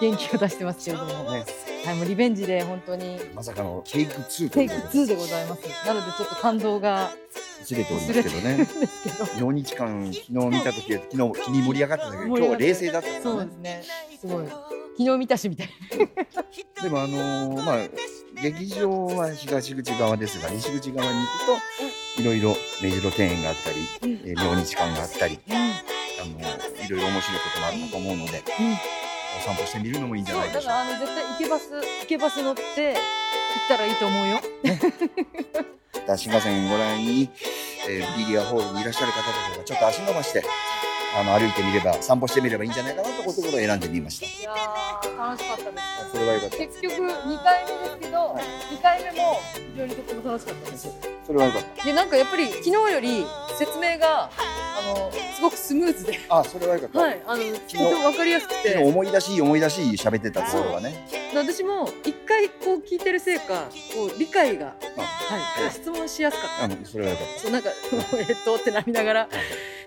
[SPEAKER 1] 元気を出してますけれども,、
[SPEAKER 2] ね
[SPEAKER 1] はい、もうリベンジで本当に
[SPEAKER 2] まさかのテイク2と
[SPEAKER 1] テイ
[SPEAKER 2] いう
[SPEAKER 1] ク
[SPEAKER 2] ことで
[SPEAKER 1] 2でございますなのでちょっと感動が
[SPEAKER 2] ずれておりますけど ね。
[SPEAKER 1] ですけど
[SPEAKER 2] 4日間昨日見た時は昨日気に盛り上がってたけど今日は冷静だったか
[SPEAKER 1] そう
[SPEAKER 2] ら
[SPEAKER 1] で
[SPEAKER 2] ね
[SPEAKER 1] すねすごい昨日見たしみたい
[SPEAKER 2] でもあのーまあ劇場は東口側ですが西口側に行くといろいろ目白庭園があったり
[SPEAKER 1] な、
[SPEAKER 2] えー明日館があったり
[SPEAKER 1] うん
[SPEAKER 2] あのいろいろ面白いこともあるかと思うので、
[SPEAKER 1] うん
[SPEAKER 2] お散歩してみるのもいいんじゃ
[SPEAKER 1] そ
[SPEAKER 2] な
[SPEAKER 1] う、
[SPEAKER 2] いで
[SPEAKER 1] だ
[SPEAKER 2] し
[SPEAKER 1] か
[SPEAKER 2] ょうか
[SPEAKER 1] あ
[SPEAKER 2] ら
[SPEAKER 1] の、絶対、イケバス、イケバス乗って、行ったらいいと思うよ。。
[SPEAKER 2] だから新幹線ご覧に、えー、ビリアホールにいらっしゃる方とかがちょっと足伸ばして、あの、歩いてみれば、散歩してみればいいんじゃないかなというところを選んでみました。
[SPEAKER 1] いやー、楽しかったです。
[SPEAKER 2] それは良かった。
[SPEAKER 1] 結局、2回目ですけど、
[SPEAKER 2] はい
[SPEAKER 1] 2回目も、非常にとても楽しかったです。
[SPEAKER 2] それは良かっ
[SPEAKER 1] で、なんかやっぱり、昨日より、説明が、あの、すごくスムーズで、
[SPEAKER 2] た。あ、それは良かった。
[SPEAKER 1] はい、あの、とてもわかりやすく
[SPEAKER 2] 昨日
[SPEAKER 1] て、
[SPEAKER 2] 思い出しい思い出しい喋ってたところがね。
[SPEAKER 1] 私も、一回こう聞いてるせいか、こう、理解が、
[SPEAKER 2] あ
[SPEAKER 1] はい、質問しやすかった。
[SPEAKER 2] うん、それは良かっ
[SPEAKER 1] そう なんかえっとってなりながら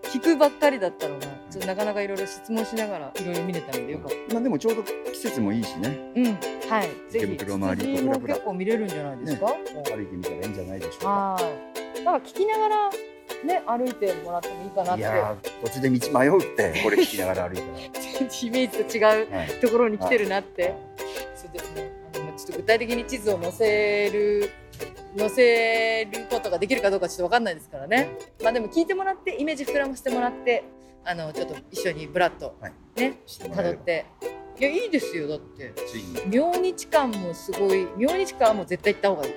[SPEAKER 1] 聞くばっかりだったのがちょっとなかなかいろいろ質問しながらいろいろ見れたのでよかった。
[SPEAKER 2] た。まあでもちょうど季節もいいしね、
[SPEAKER 1] うんはいぜひ
[SPEAKER 2] 池袋周り
[SPEAKER 1] 羊
[SPEAKER 2] ブラ
[SPEAKER 1] も
[SPEAKER 2] ブラ
[SPEAKER 1] 結構見れるんじゃないですか。
[SPEAKER 2] 歩いてみたらいいんじゃないでしょうか。
[SPEAKER 1] はい。なんか聞きながらね歩いてもらってもいいかなっ
[SPEAKER 2] い
[SPEAKER 1] て
[SPEAKER 2] やー、途中で道迷うって、これ聞きながら歩いた
[SPEAKER 1] イメージと違う
[SPEAKER 2] ら。はい。
[SPEAKER 1] ところに来てるなって。そうですね。あのちょっと具体的に地図を載せる載せることができるかどうかちょっとわかんないですからね。まあでも聞いてもらってイメージ膨らませてもらってあのちょっと一緒にブラッと、
[SPEAKER 2] はい
[SPEAKER 1] ね
[SPEAKER 2] しても
[SPEAKER 1] た
[SPEAKER 2] ら
[SPEAKER 1] ど
[SPEAKER 2] え
[SPEAKER 1] っ
[SPEAKER 2] れば。
[SPEAKER 1] ていやいいですよだって
[SPEAKER 2] ついに
[SPEAKER 1] 明日館もすごい明日館はもう絶対行った方がいい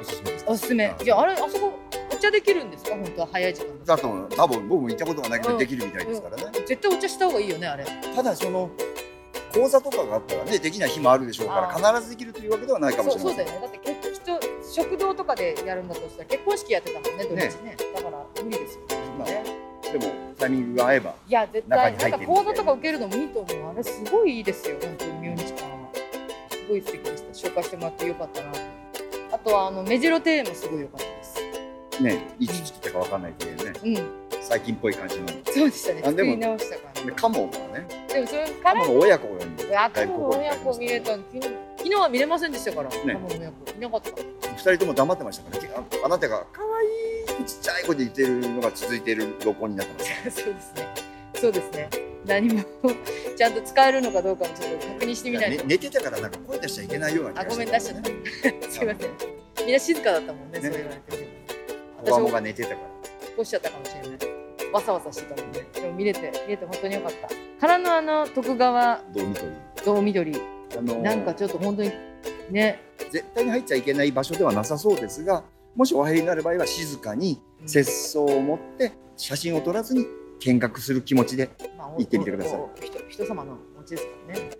[SPEAKER 2] おすすめです。
[SPEAKER 1] おすすめいやあれあそこお茶できるんですか本当は早い時間
[SPEAKER 2] だと多分僕も行ったことがないけ
[SPEAKER 1] う
[SPEAKER 2] ど
[SPEAKER 1] ん
[SPEAKER 2] できるみたいですからね、
[SPEAKER 1] 絶対お茶した方がいいよねあれ
[SPEAKER 2] ただその講座とかがあったらねできない日もあるでしょうか
[SPEAKER 1] あ
[SPEAKER 2] ら必ずできるというわけではないかも
[SPEAKER 1] そ
[SPEAKER 2] し
[SPEAKER 1] う
[SPEAKER 2] れ
[SPEAKER 1] そうだ
[SPEAKER 2] ません
[SPEAKER 1] よねだって結局食堂とかでやるんだとしたら結婚式やってたもんね土日ねだから無理ですよ
[SPEAKER 2] ま
[SPEAKER 1] ね
[SPEAKER 2] あ、でもタイミングが合えば
[SPEAKER 1] いや絶対な
[SPEAKER 2] 中
[SPEAKER 1] んか
[SPEAKER 2] に入ってるみたいな
[SPEAKER 1] 講座とか受けるのもいいと思うあれすごいいいですよ本当に明日館はすごい素敵でした紹介してもらってよかったなとあとはあの目白庭園もすごい良かったです
[SPEAKER 2] ねいつ来たかわかんないけどね
[SPEAKER 1] うん
[SPEAKER 2] 最近っぽい感じので
[SPEAKER 1] そうでしたね。
[SPEAKER 2] あ
[SPEAKER 1] 作
[SPEAKER 2] でも
[SPEAKER 1] り直した感じ。
[SPEAKER 2] カモがね
[SPEAKER 1] でもそれか
[SPEAKER 2] カ
[SPEAKER 1] ら
[SPEAKER 2] モの親子がいるんで
[SPEAKER 1] あ、カモの親子見れたの昨日昨日は見れませんでしたから。カモの親子いなかった。
[SPEAKER 2] 2人とも黙ってましたからねああなたが可愛いってちっちゃい子で言ってるのが続いている録音になってます
[SPEAKER 1] そうですね。そうですね。何もちゃんと使えるのかどうかもちょっと確認してみない
[SPEAKER 2] ね
[SPEAKER 1] と。
[SPEAKER 2] 寝てたからなんか声出しちゃいけないような気
[SPEAKER 1] あ、
[SPEAKER 2] が
[SPEAKER 1] ご
[SPEAKER 2] して
[SPEAKER 1] めん出しちゃった。すいません。みんな静かだったもんね。そ
[SPEAKER 2] ね
[SPEAKER 1] う言われてみれ
[SPEAKER 2] 子供が寝てたから
[SPEAKER 1] ば起こしちゃったかもしれない。わさわさしてたもんね。でも見れて見れて本当に良かった。からのあの徳川
[SPEAKER 2] どう見と
[SPEAKER 1] 道緑
[SPEAKER 2] りあのー
[SPEAKER 1] なんかちょっと本当にね。
[SPEAKER 2] 絶対に入っちゃいけない場所ではなさそうですがもしお入りになる場合は静かに節操を持って写真を撮らずに見学する気持ちで
[SPEAKER 1] まあ
[SPEAKER 2] 行ってみてください
[SPEAKER 1] おお人人様のお家ですからね、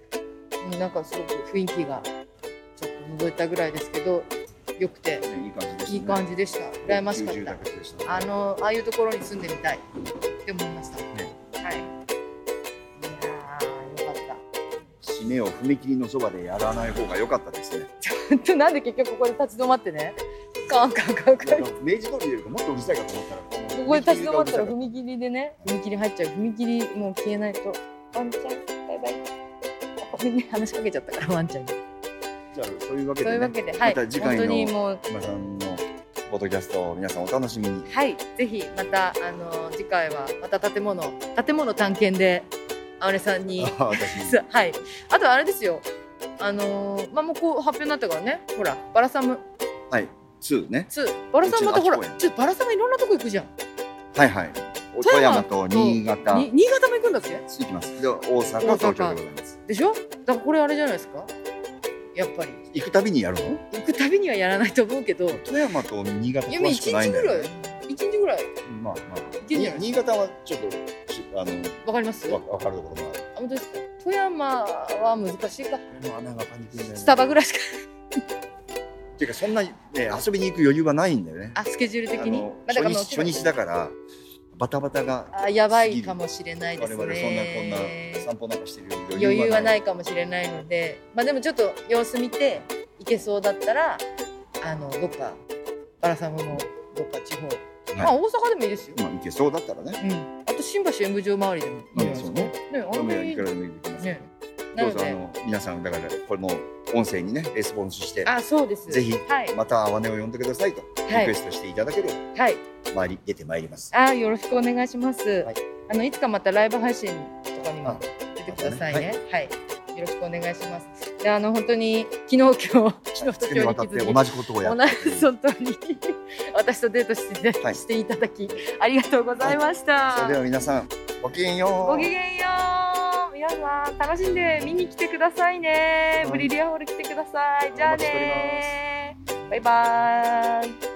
[SPEAKER 1] うん、なんかすごく雰囲気がちょっと覗いたぐらいですけど良くて
[SPEAKER 2] いい感じでした、ね、
[SPEAKER 1] いい感じでした羨ましかった
[SPEAKER 2] たでした
[SPEAKER 1] あのああいうところに住んでみたいって思いました、はいいやーよかった
[SPEAKER 2] 締めを踏切のそばでやらない方が良かったですね
[SPEAKER 1] ほんとなんで結局ここで立ち止まってねカンカンカン
[SPEAKER 2] い
[SPEAKER 1] カ
[SPEAKER 2] や
[SPEAKER 1] ン
[SPEAKER 2] でも明治通りでよりかもっとうるさいかと思ったら
[SPEAKER 1] ここで立ち止まったら
[SPEAKER 2] 踏
[SPEAKER 1] 踏切でね踏切入っちゃう踏切もう消えないとワンちゃんバイバイあごめんね話しかけちゃったからワンちゃんに
[SPEAKER 2] 切がうるさいじゃあそういうわけ
[SPEAKER 1] そうい
[SPEAKER 2] で
[SPEAKER 1] う
[SPEAKER 2] ね
[SPEAKER 1] わけで、はい、
[SPEAKER 2] また次回の
[SPEAKER 1] 本当にもう
[SPEAKER 2] 熊さんのポッドキャストを皆さんお楽しみに
[SPEAKER 1] はい、ぜひまたあの次回はまた建物建物探検で青根さん に
[SPEAKER 2] あ私に
[SPEAKER 1] そうはい、あとあれですよ。あのーまあもうこう発表になったからね。ほらバラサム
[SPEAKER 2] はい2ね
[SPEAKER 1] 2バラサムまたほら
[SPEAKER 2] うちの秋公園
[SPEAKER 1] ちょっとバラサムいろんなとこ行くじゃん。
[SPEAKER 2] はいはい
[SPEAKER 1] 富山
[SPEAKER 2] 富山
[SPEAKER 1] と
[SPEAKER 2] と新潟
[SPEAKER 1] に新潟も行くんだっけ？
[SPEAKER 2] 行きますで大阪東京でございます
[SPEAKER 1] でしょ？だからこれあれじゃないですか？やっぱり
[SPEAKER 2] 行くたびにやるの
[SPEAKER 1] 行くたびにはやらないと思うけど、
[SPEAKER 2] 富山と新潟
[SPEAKER 1] いやもう
[SPEAKER 2] 詳しくないんだよ、ね
[SPEAKER 1] 一、一日ぐらい
[SPEAKER 2] まあまあ
[SPEAKER 1] けんじゃない
[SPEAKER 2] 新潟はちょっとしあの
[SPEAKER 1] わかります？あ
[SPEAKER 2] わわかるところもある
[SPEAKER 1] 本当ですか？富山は難しいか。
[SPEAKER 2] もう穴がパニックだよね
[SPEAKER 1] スタバぐらいしか。
[SPEAKER 2] っていうかそんなにね遊びに行く余裕はないんだよね
[SPEAKER 1] あスケジュール的
[SPEAKER 2] あ
[SPEAKER 1] に
[SPEAKER 2] の。
[SPEAKER 1] まあだから
[SPEAKER 2] 初
[SPEAKER 1] もう
[SPEAKER 2] 日初日だからバタバタが
[SPEAKER 1] あやばいかもしれないで
[SPEAKER 2] 我
[SPEAKER 1] す
[SPEAKER 2] 々そんなこんな
[SPEAKER 1] ね。
[SPEAKER 2] 散歩なんかしてる
[SPEAKER 1] 余裕はないいかもしれないので、まあでもちょっと様子見て行けそうだったら、あのどっかバラサムもどっか地方、まあ大阪でもいいですよ。
[SPEAKER 2] まあ行けそうだったらね
[SPEAKER 1] うん。あと新橋演舞場周りでもいいんじゃないですか。
[SPEAKER 2] うん
[SPEAKER 1] ね、あれもい
[SPEAKER 2] い
[SPEAKER 1] い
[SPEAKER 2] く。らでも行きますよ
[SPEAKER 1] ねな
[SPEAKER 2] どう
[SPEAKER 1] の
[SPEAKER 2] ぞあ
[SPEAKER 1] で、
[SPEAKER 2] の皆さんだからこの音声にねレスポンスして
[SPEAKER 1] あそうです。
[SPEAKER 2] ぜひ
[SPEAKER 1] はい
[SPEAKER 2] またわねを呼んでくださいとリク
[SPEAKER 1] は
[SPEAKER 2] エ
[SPEAKER 1] い
[SPEAKER 2] ストしていただければ
[SPEAKER 1] はい。
[SPEAKER 2] 回り出てまいります
[SPEAKER 1] あよろしくお願いします。
[SPEAKER 2] はい
[SPEAKER 1] あのいつかまたライブ配信とかにも
[SPEAKER 2] あ
[SPEAKER 1] 出てくださいね。はい、よろしくお願いします。であの本当に昨日今日昨日と
[SPEAKER 2] 月に
[SPEAKER 1] 今
[SPEAKER 2] わ
[SPEAKER 1] 日
[SPEAKER 2] たっ
[SPEAKER 1] に
[SPEAKER 2] て
[SPEAKER 1] 引き続き
[SPEAKER 2] 同じことをや
[SPEAKER 1] 同
[SPEAKER 2] って
[SPEAKER 1] じ本当に私とデートしていただき,、
[SPEAKER 2] はい
[SPEAKER 1] していただきありがとうございました。
[SPEAKER 2] それでは皆さんごきげんよう
[SPEAKER 1] ごきげんよう。皆皆さん楽しんで見に来てくださいね。ブリリアホール来てください。じゃあねー。バイバーイ。